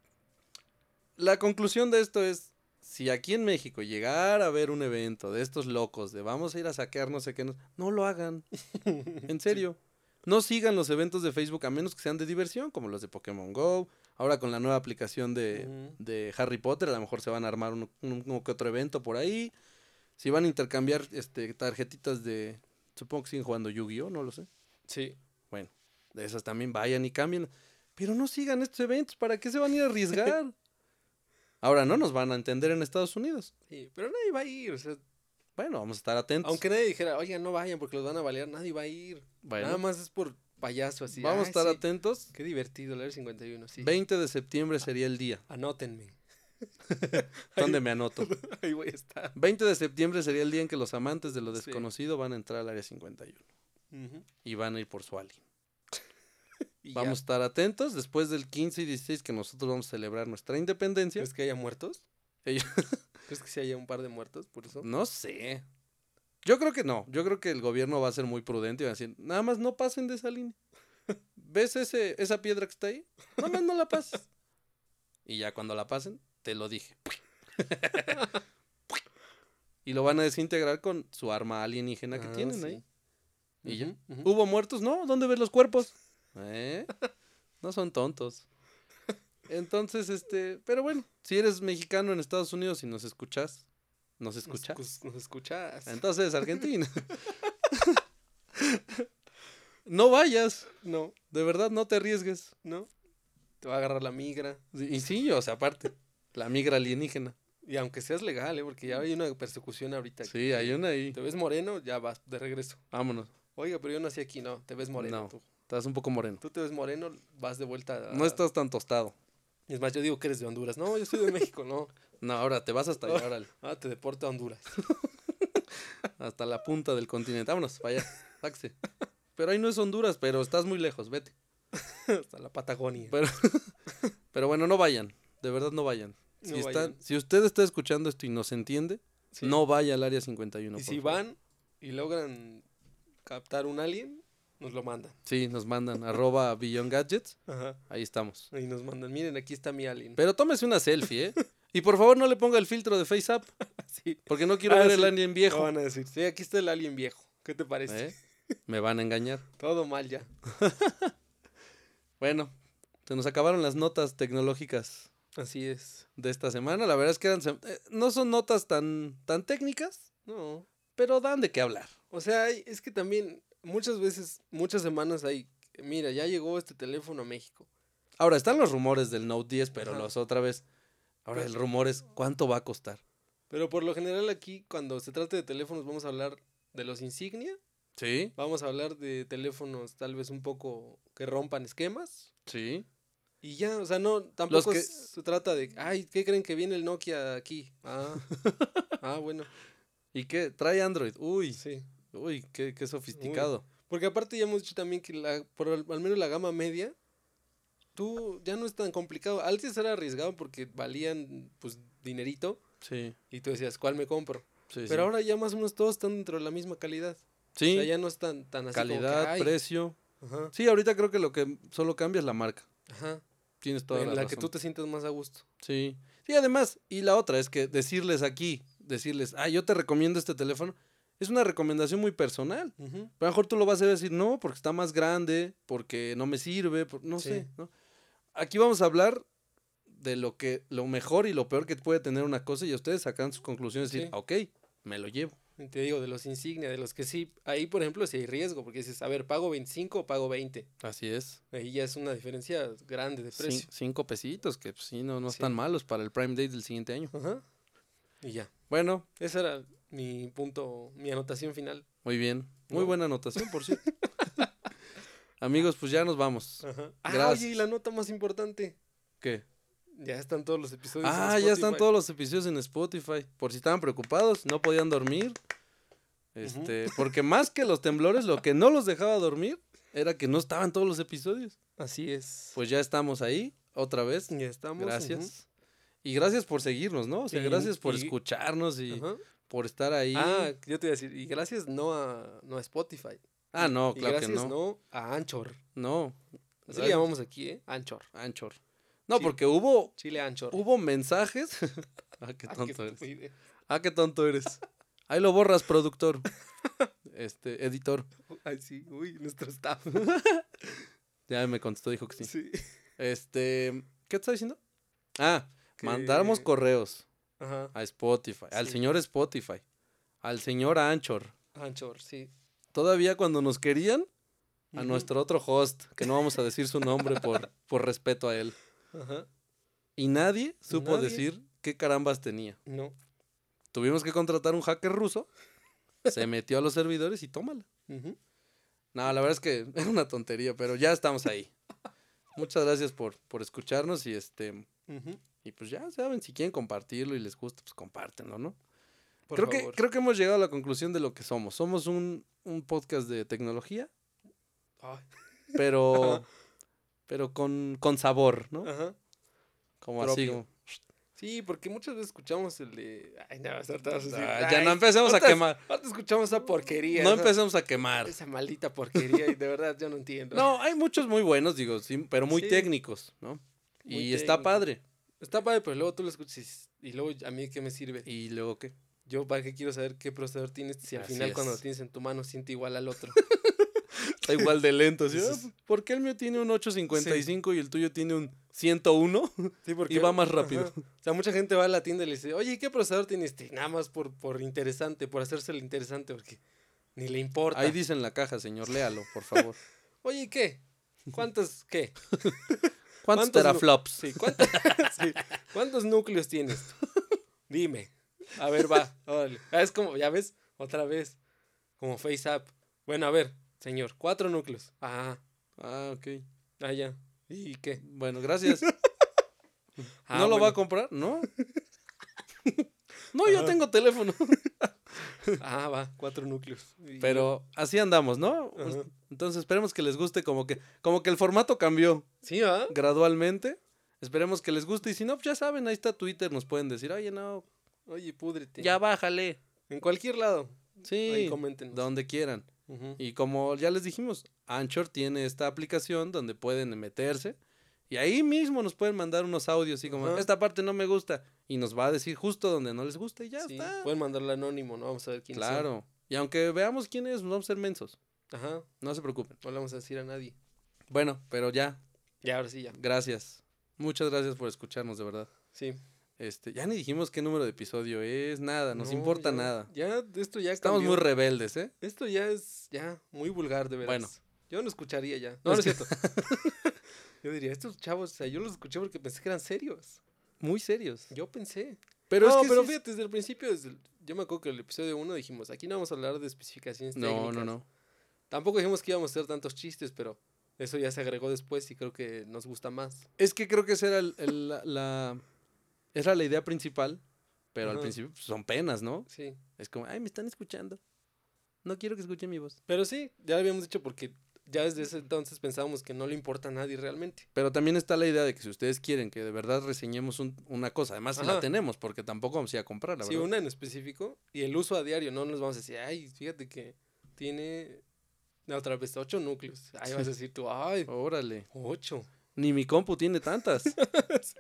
Speaker 2: la conclusión de esto es, si aquí en México llegara a haber un evento de estos locos, de vamos a ir a saquear no sé qué, no, no lo
Speaker 1: [laughs]
Speaker 2: hagan. En serio. No sigan los eventos de Facebook a menos que sean de diversión, como los de Pokémon Go. Ahora con la nueva aplicación de,
Speaker 1: Ujú.
Speaker 2: de Harry Potter, a lo mejor se van a armar uno, uno que otro evento por ahí. Si van a intercambiar este, tarjetitas de... Supongo que siguen jugando Yu-Gi-Oh, no lo sé.
Speaker 1: Sí.
Speaker 2: Bueno, de esas también vayan y cambien. Pero no sigan estos eventos, ¿para qué se van a ir a
Speaker 1: [laughs]
Speaker 2: arriesgar? Ahora no nos van a entender en Estados Unidos.
Speaker 1: Sí, pero nadie va a ir, o sea,
Speaker 2: Bueno, vamos a estar atentos.
Speaker 1: aunque nadie dijera, oigan, no vayan porque los van a balear, nadie va a ir.
Speaker 2: Bueno,
Speaker 1: Nada más es por payaso así.
Speaker 2: vamos a
Speaker 1: "Ay,
Speaker 2: estar
Speaker 1: sí,
Speaker 2: atentos.
Speaker 1: Qué divertido, leer 51, sí.
Speaker 2: 20 de septiembre sería
Speaker 1: [laughs]
Speaker 2: el día. [laughs]
Speaker 1: Anótenme.
Speaker 2: ¿Dónde me anoto?
Speaker 1: Ahí voy a estar.
Speaker 2: 20 de septiembre sería el día en que los amantes de lo
Speaker 1: Sí.
Speaker 2: desconocido van a entrar al área 51
Speaker 1: Ujú.
Speaker 2: y van a ir por su alien.
Speaker 1: Y ya.
Speaker 2: Vamos a estar atentos después del 15 y 16 que nosotros vamos a celebrar nuestra independencia.
Speaker 1: ¿Crees que haya muertos?
Speaker 2: Ellos-
Speaker 1: [laughs] ¿Crees que sí haya un par de muertos por eso?
Speaker 2: No sé. Yo creo que no. Yo creo que el gobierno va a ser muy prudente y va a decir, nada más no pasen de esa línea. [laughs] ¿Ves ese, esa piedra que está ahí? Nada más no la pases. Y ya cuando la pasen, te lo dije. [laughs] Y lo van a desintegrar con su arma alienígena que
Speaker 1: Ah,
Speaker 2: tienen
Speaker 1: sí.
Speaker 2: ahí. Y ya.
Speaker 1: Ujú, ujú.
Speaker 2: ¿Hubo muertos? No, ¿dónde ves los cuerpos? ¿Eh? No son tontos. Entonces, este, pero bueno, si eres mexicano en Estados Unidos y nos escuchas, nos
Speaker 1: Nos
Speaker 2: escuchas.
Speaker 1: escu- Nos escuchas.
Speaker 2: [laughs] Entonces, Argentina. no vayas.
Speaker 1: No,
Speaker 2: De verdad, no te arriesgues.
Speaker 1: no. Te va a agarrar la migra.
Speaker 2: Y sí, o sea, aparte, la migra alienígena.
Speaker 1: Y aunque seas legal, ¿eh? porque ya hay una persecución ahorita.
Speaker 2: Sí, hay una ahí.
Speaker 1: Te ves moreno, ya vas de regreso.
Speaker 2: Vámonos.
Speaker 1: Oiga, pero yo nací aquí, no, te ves moreno.
Speaker 2: No.
Speaker 1: Tú.
Speaker 2: Estás un poco moreno.
Speaker 1: Tú te ves moreno, vas de vuelta. a-
Speaker 2: No estás tan tostado.
Speaker 1: Es más, yo digo que eres de Honduras. No, yo soy de México,
Speaker 2: [laughs]
Speaker 1: no.
Speaker 2: No, ahora te vas hasta allá, órale.
Speaker 1: Ah, te deporto a
Speaker 2: [laughs]
Speaker 1: Honduras.
Speaker 2: Hasta la punta del continente. Vámonos, vaya. Taxi. Pero ahí no es Honduras, pero estás muy lejos, vete.
Speaker 1: Hasta la Patagonia.
Speaker 2: Pero, [laughs] pero bueno, no vayan. De verdad, no vayan. Si,
Speaker 1: No
Speaker 2: están,
Speaker 1: vayan.
Speaker 2: si usted está escuchando esto y nos entiende,
Speaker 1: Sí.
Speaker 2: no vaya al área 51.
Speaker 1: y
Speaker 2: por
Speaker 1: si
Speaker 2: favor.
Speaker 1: van y logran captar un alien, nos lo mandan.
Speaker 2: Sí, nos mandan arroba Beyond Gadgets.
Speaker 1: Ajá.
Speaker 2: Ahí estamos.
Speaker 1: Y nos mandan, miren, aquí está mi alien.
Speaker 2: Pero tómese una selfie, ¿eh? Y por favor no le ponga el filtro de FaceApp,
Speaker 1: [laughs] Sí.
Speaker 2: porque no quiero
Speaker 1: Ah,
Speaker 2: ver
Speaker 1: sí.
Speaker 2: el alien
Speaker 1: Lo
Speaker 2: viejo.
Speaker 1: van a decir, sí, aquí está el alien viejo. ¿Qué te parece?
Speaker 2: ¿Eh? Me van a engañar.
Speaker 1: Todo mal ya.
Speaker 2: Bueno, se nos acabaron las notas tecnológicas
Speaker 1: Así es.
Speaker 2: de esta semana. La verdad es que eran sem- eh, no son notas tan, tan técnicas,
Speaker 1: No.
Speaker 2: pero dan de qué hablar.
Speaker 1: O sea, hay- es que también muchas veces, muchas semanas hay, mira, ya llegó este teléfono a México.
Speaker 2: Ahora están los rumores del Note 10, pero
Speaker 1: Ajá. Pues
Speaker 2: los otra vez. Ahora el rumor es cuánto va a costar.
Speaker 1: Pero por lo general aquí, cuando se trate de teléfonos, vamos a hablar de los insignia,
Speaker 2: Sí,
Speaker 1: vamos a hablar de teléfonos tal vez un poco que rompan esquemas.
Speaker 2: sí.
Speaker 1: Y ya, o sea, no, tampoco
Speaker 2: que-
Speaker 1: se trata de, ay, ¿qué creen que viene el Nokia aquí? Ah,
Speaker 2: [laughs]
Speaker 1: ah bueno,
Speaker 2: ¿Y qué? Trae Android. Uy,
Speaker 1: sí.
Speaker 2: uy, qué, qué sofisticado.
Speaker 1: Porque aparte ya hemos dicho también que la, por al, al menos la gama media, tú ya no es tan complicado. Antes era arriesgado porque valían, pues, dinerito
Speaker 2: Sí,
Speaker 1: y tú decías, ¿cuál me compro?
Speaker 2: sí.
Speaker 1: Pero ahora ya más o menos todos están dentro de la misma calidad.
Speaker 2: sí,
Speaker 1: O sea, ya no es tan, tan así como que,
Speaker 2: calidad,
Speaker 1: "Ay".
Speaker 2: precio.
Speaker 1: Ajá,
Speaker 2: Sí, ahorita creo que lo que solo cambia es la marca.
Speaker 1: ajá.
Speaker 2: Tienes toda
Speaker 1: En Eh, la,
Speaker 2: la,
Speaker 1: que tú
Speaker 2: razón.
Speaker 1: te sientas más a gusto.
Speaker 2: Sí. Sí, además, y la otra es que decirles aquí, decirles, ah, yo te recomiendo este teléfono, es una recomendación muy personal.
Speaker 1: Ujú.
Speaker 2: Pero a lo mejor tú lo vas a decir, no, porque está más grande, porque no me sirve, por- no
Speaker 1: Sí.
Speaker 2: sé. ¿no? Aquí vamos a hablar de lo que lo mejor y lo peor que puede tener una cosa y ustedes sacan sus conclusiones y
Speaker 1: Sí.
Speaker 2: decir, "Ah, ok, me lo llevo.
Speaker 1: Y Te digo, de los insignia, de los que sí, ahí por ejemplo sí hay riesgo, porque dices, a ver, pago 25 o pago 20.
Speaker 2: Así es.
Speaker 1: Ahí ya es una diferencia grande de
Speaker 2: Cin-
Speaker 1: precio.
Speaker 2: cinco pesitos, que pues, sí, no, no
Speaker 1: Sí.
Speaker 2: están malos para el Prime Day del siguiente año.
Speaker 1: Ajá. Y ya.
Speaker 2: Bueno,
Speaker 1: Ese era mi punto, mi anotación final.
Speaker 2: muy bien. Muy
Speaker 1: No.
Speaker 2: buena anotación, por
Speaker 1: [laughs]
Speaker 2: cierto. Amigos, pues ya nos vamos.
Speaker 1: Ajá. Ah,
Speaker 2: Gracias.
Speaker 1: oye, y la nota más importante.
Speaker 2: ¿Qué?
Speaker 1: Ya están todos los episodios. en
Speaker 2: Ah, ya están
Speaker 1: Spotify.
Speaker 2: todos los episodios en Spotify. Por si estaban preocupados, no podían dormir. Este, porque más que los temblores, lo que no los dejaba dormir era que no estaban todos los episodios.
Speaker 1: Así es.
Speaker 2: Pues ya estamos ahí, otra vez.
Speaker 1: ya estamos.
Speaker 2: Gracias. Y gracias por seguirnos, ¿no? O sea,
Speaker 1: Y-
Speaker 2: gracias por
Speaker 1: y-
Speaker 2: escucharnos y
Speaker 1: ujú. Ajá.
Speaker 2: por estar ahí.
Speaker 1: Ah, yo te iba a decir, y gracias no a, no a Spotify.
Speaker 2: Ah, no,
Speaker 1: Y
Speaker 2: claro que
Speaker 1: gracias
Speaker 2: no. No,
Speaker 1: a Anchor. Así le
Speaker 2: Gracias.
Speaker 1: llamamos aquí, ¿eh? Anchor.
Speaker 2: Anchor. No,
Speaker 1: Sí.
Speaker 2: porque hubo,
Speaker 1: Chile Anchor.
Speaker 2: hubo mensajes. [laughs] ah,
Speaker 1: Ah, qué
Speaker 2: qué tonto eres.
Speaker 1: estupidez.
Speaker 2: Ah, qué tonto eres. Ahí lo borras, productor. Este, editor.
Speaker 1: [laughs] Ay, sí, uy, nuestro staff.
Speaker 2: Ya me contestó, dijo que [laughs] sí.
Speaker 1: Sí.
Speaker 2: Este, ¿qué te estaba diciendo? Ah,
Speaker 1: Que-
Speaker 2: mandáramos correos
Speaker 1: Ajá.
Speaker 2: a Spotify, al
Speaker 1: Sí.
Speaker 2: señor Spotify, al señor Anchor.
Speaker 1: Anchor, sí.
Speaker 2: Todavía cuando nos querían, a
Speaker 1: Ujú.
Speaker 2: nuestro otro host, que no vamos a decir su nombre por, por respeto a él.
Speaker 1: Ajá.
Speaker 2: Y nadie supo
Speaker 1: Nadie.
Speaker 2: decir qué carambas tenía.
Speaker 1: No.
Speaker 2: Tuvimos que contratar un hacker ruso, se metió a los servidores y tómala.
Speaker 1: Ujú.
Speaker 2: No, la verdad es que [laughs] era una tontería, pero ya estamos ahí. Muchas gracias por, por escucharnos y este
Speaker 1: Ujú.
Speaker 2: y pues ya saben, si quieren compartirlo y les gusta, pues compártenlo, ¿no?
Speaker 1: Por
Speaker 2: creo, que,
Speaker 1: favor.
Speaker 2: creo que hemos llegado a la conclusión de lo que somos. Somos un, un podcast de tecnología,
Speaker 1: Ay, [laughs]
Speaker 2: pero, pero con, con sabor, ¿no?
Speaker 1: Ajá.
Speaker 2: Como así.
Speaker 1: propio.
Speaker 2: como-
Speaker 1: Sí, porque muchas veces escuchamos el de. Ay, no, ahorita vas a decir,
Speaker 2: Ah, ya
Speaker 1: "Ay,
Speaker 2: no empecemos a
Speaker 1: ahorita-
Speaker 2: quemar.
Speaker 1: ahorita escuchamos esa porquería.
Speaker 2: No
Speaker 1: esa-
Speaker 2: empecemos a quemar.
Speaker 1: Esa maldita porquería, y de verdad yo no entiendo.
Speaker 2: No, hay muchos muy buenos, digo, sí, pero muy
Speaker 1: Sí.
Speaker 2: técnicos, ¿no?
Speaker 1: Muy
Speaker 2: y está
Speaker 1: técnicos.
Speaker 2: padre.
Speaker 1: Está padre, pero luego tú lo escuchas y dices, y luego a mí qué me sirve.
Speaker 2: ¿Y luego qué?
Speaker 1: Yo para qué quiero saber qué procesador tienes si al
Speaker 2: Así
Speaker 1: final cuando
Speaker 2: es.
Speaker 1: lo tienes en tu mano siente igual al
Speaker 2: [laughs]
Speaker 1: otro.
Speaker 2: Está igual de lento. ¿sí?
Speaker 1: Dices-
Speaker 2: Ah, ¿Por qué el mío tiene un 855 y el tuyo tiene un 101?
Speaker 1: Sí,
Speaker 2: Y va más rápido.
Speaker 1: ajá. O sea, mucha gente va a la tienda y le dice, oye, ¿y ¿qué procesador tienes? este?" Nada más por, por interesante, por hacerse el interesante, porque ni le importa.
Speaker 2: Ahí dice en la caja, señor, léalo,
Speaker 1: [laughs]
Speaker 2: por favor.
Speaker 1: oye, ¿y ¿qué? ¿Cuántos qué?
Speaker 2: ¿Cuántos,
Speaker 1: ¿Cuántos no-
Speaker 2: teraflops?
Speaker 1: Sí, ¿cuántos, [laughs] sí, ¿cuántos núcleos tienes? Dime. A ver, va, órale. Ah, Es como, ya ves, otra vez, como FaceApp. Bueno, a ver, señor, cuatro núcleos. Ah,
Speaker 2: Ah, ok.
Speaker 1: ah, ya. ¿Y qué?
Speaker 2: Bueno, gracias.
Speaker 1: [laughs] Ah,
Speaker 2: ¿No lo va a
Speaker 1: bueno.
Speaker 2: comprar?
Speaker 1: [laughs]
Speaker 2: No. no, yo
Speaker 1: Ajá.
Speaker 2: tengo teléfono.
Speaker 1: Ah, va, cuatro núcleos. Y-
Speaker 2: Pero así andamos, ¿no?
Speaker 1: Ajá.
Speaker 2: Entonces esperemos que les guste como que, como que el formato cambió
Speaker 1: Sí, ¿ah?
Speaker 2: gradualmente. Esperemos que les guste. Y si no, pues ya saben, ahí está Twitter, nos pueden decir, oye, no,
Speaker 1: Oye, púdrete.
Speaker 2: ya bájale.
Speaker 1: En cualquier lado. Ahí
Speaker 2: Sí,
Speaker 1: coméntenos.
Speaker 2: donde quieran.
Speaker 1: Ujú.
Speaker 2: Y como ya les dijimos, Anchor tiene esta aplicación donde pueden meterse y ahí mismo nos pueden mandar unos audios así como,
Speaker 1: Ajá.
Speaker 2: esta parte no me gusta y nos va a decir justo donde no les gusta y ya
Speaker 1: Sí,
Speaker 2: está.
Speaker 1: Pueden mandarlo anónimo, ¿no? Vamos a ver quién son.
Speaker 2: claro. Y aunque veamos quién es, vamos a ser mensos.
Speaker 1: Ajá.
Speaker 2: No se preocupen.
Speaker 1: No le vamos a decir a nadie.
Speaker 2: Bueno, pero ya,
Speaker 1: Ya, ahora sí, ya.
Speaker 2: gracias. Muchas gracias por escucharnos, de verdad.
Speaker 1: Sí.
Speaker 2: Este, ya ni dijimos qué número de episodio es, nada, nos
Speaker 1: No,
Speaker 2: importa
Speaker 1: ya-
Speaker 2: nada.
Speaker 1: Ya, esto ya
Speaker 2: Estamos
Speaker 1: cambió.
Speaker 2: muy rebeldes, ¿eh?
Speaker 1: Esto ya es ya muy vulgar, de veras.
Speaker 2: Bueno.
Speaker 1: Yo no escucharía ya. No, no es cierto.
Speaker 2: [laughs]
Speaker 1: yo diría, estos chavos, o sea, yo los escuché porque pensé que eran serios.
Speaker 2: Muy serios.
Speaker 1: Yo pensé.
Speaker 2: Pero
Speaker 1: no,
Speaker 2: es que
Speaker 1: pero
Speaker 2: sí es-
Speaker 1: fíjate, desde el principio, desde el- yo me acuerdo que el episodio 1 dijimos, aquí no vamos a hablar de especificaciones
Speaker 2: No,
Speaker 1: técnicas.
Speaker 2: no, no.
Speaker 1: Tampoco dijimos que íbamos a hacer tantos chistes, pero eso ya se agregó después y creo que nos gusta más.
Speaker 2: Es que creo que esa era el- el- la, la- era la idea principal, pero al
Speaker 1: Ajá.
Speaker 2: principio pues, son penas, ¿no?
Speaker 1: Sí.
Speaker 2: Es como, ay, me están escuchando. No quiero que escuchen mi voz.
Speaker 1: Pero sí, ya lo habíamos dicho porque ya desde ese entonces pensábamos que no le importa a nadie realmente.
Speaker 2: Pero también está la idea de que si ustedes quieren que de verdad reseñemos un- una cosa, además la
Speaker 1: Ajá.
Speaker 2: tenemos, porque tampoco vamos a ir a comprar, la
Speaker 1: sí,
Speaker 2: verdad.
Speaker 1: una en específico y el uso a diario, no nos vamos a decir, ay, fíjate que tiene la otra vez ocho núcleos. Ahí vas a decir tú, ay,
Speaker 2: Órale.
Speaker 1: ocho.
Speaker 2: Ni mi compu tiene
Speaker 1: [laughs]
Speaker 2: tantas.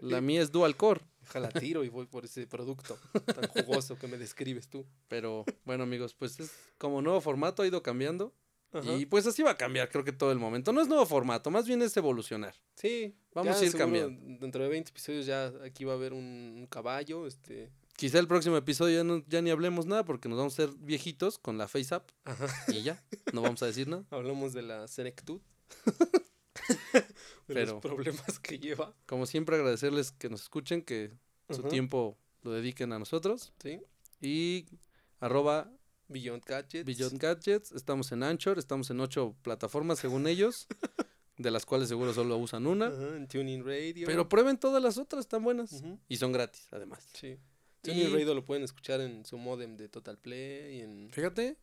Speaker 2: La mía es dual core.
Speaker 1: Ojalá tiro y voy por ese producto tan jugoso que me describes tú.
Speaker 2: Pero bueno, amigos, pues es como nuevo formato ha ido cambiando. [laughs] Y pues así va a cambiar, creo que todo el momento. No es nuevo formato, más bien es evolucionar.
Speaker 1: sí,
Speaker 2: vamos
Speaker 1: ya
Speaker 2: a ir
Speaker 1: seguro
Speaker 2: cambiando.
Speaker 1: Dentro de 20 episodios ya aquí va a haber un, un caballo, este,
Speaker 2: Quizá el próximo episodio ya, no- ya ni hablemos nada porque nos vamos a ser viejitos con la face app
Speaker 1: Ajá.
Speaker 2: y ya, no vamos a decir nada.
Speaker 1: hablamos de la senectud. [laughs] de
Speaker 2: Pero-
Speaker 1: los problemas que lleva.
Speaker 2: Como siempre agradecerles que nos escuchen, que su
Speaker 1: Ajá.
Speaker 2: tiempo lo dediquen a nosotros
Speaker 1: Sí.
Speaker 2: y arroba
Speaker 1: Beyond Gadgets.
Speaker 2: Beyond Gadgets, estamos en Anchor, estamos en ocho plataformas según ellos, de las cuales seguro solo usan una,
Speaker 1: Ajá, en Tuning Radio.
Speaker 2: pero prueben todas las otras, están buenas
Speaker 1: Ujú.
Speaker 2: y son gratis además.
Speaker 1: Sí. Tuning
Speaker 2: Y-
Speaker 1: Radio lo pueden escuchar en su modem de Total Play, en,
Speaker 2: Fíjate,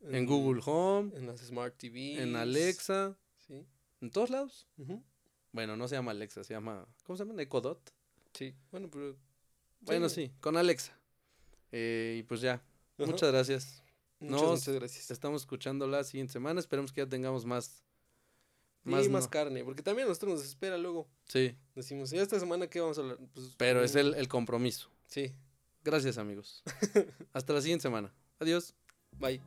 Speaker 2: en Google Home,
Speaker 1: en las Smart TV,
Speaker 2: en Alexa,
Speaker 1: Sí.
Speaker 2: en todos lados.
Speaker 1: Ujú.
Speaker 2: Bueno, no se llama Alexa, se llama, ¿cómo se llama? Echo Dot.
Speaker 1: Sí. Bueno, pero
Speaker 2: Bueno,
Speaker 1: Sí.
Speaker 2: sí, con Alexa. Eh, y pues ya,
Speaker 1: Ajá.
Speaker 2: muchas gracias.
Speaker 1: muchas,
Speaker 2: nos-
Speaker 1: muchas gracias.
Speaker 2: Estamos escuchando la siguiente semana, esperemos que ya tengamos más.
Speaker 1: Y
Speaker 2: Más
Speaker 1: más,
Speaker 2: no.
Speaker 1: carne, porque también a nosotros nos espera luego.
Speaker 2: Sí,
Speaker 1: Decimos, ¿ya esta semana qué vamos a hablar? Pues,
Speaker 2: pero es
Speaker 1: mm,
Speaker 2: el, el compromiso.
Speaker 1: Sí. [laughs]
Speaker 2: Gracias amigos. Hasta la siguiente semana. Adiós.
Speaker 1: Bye.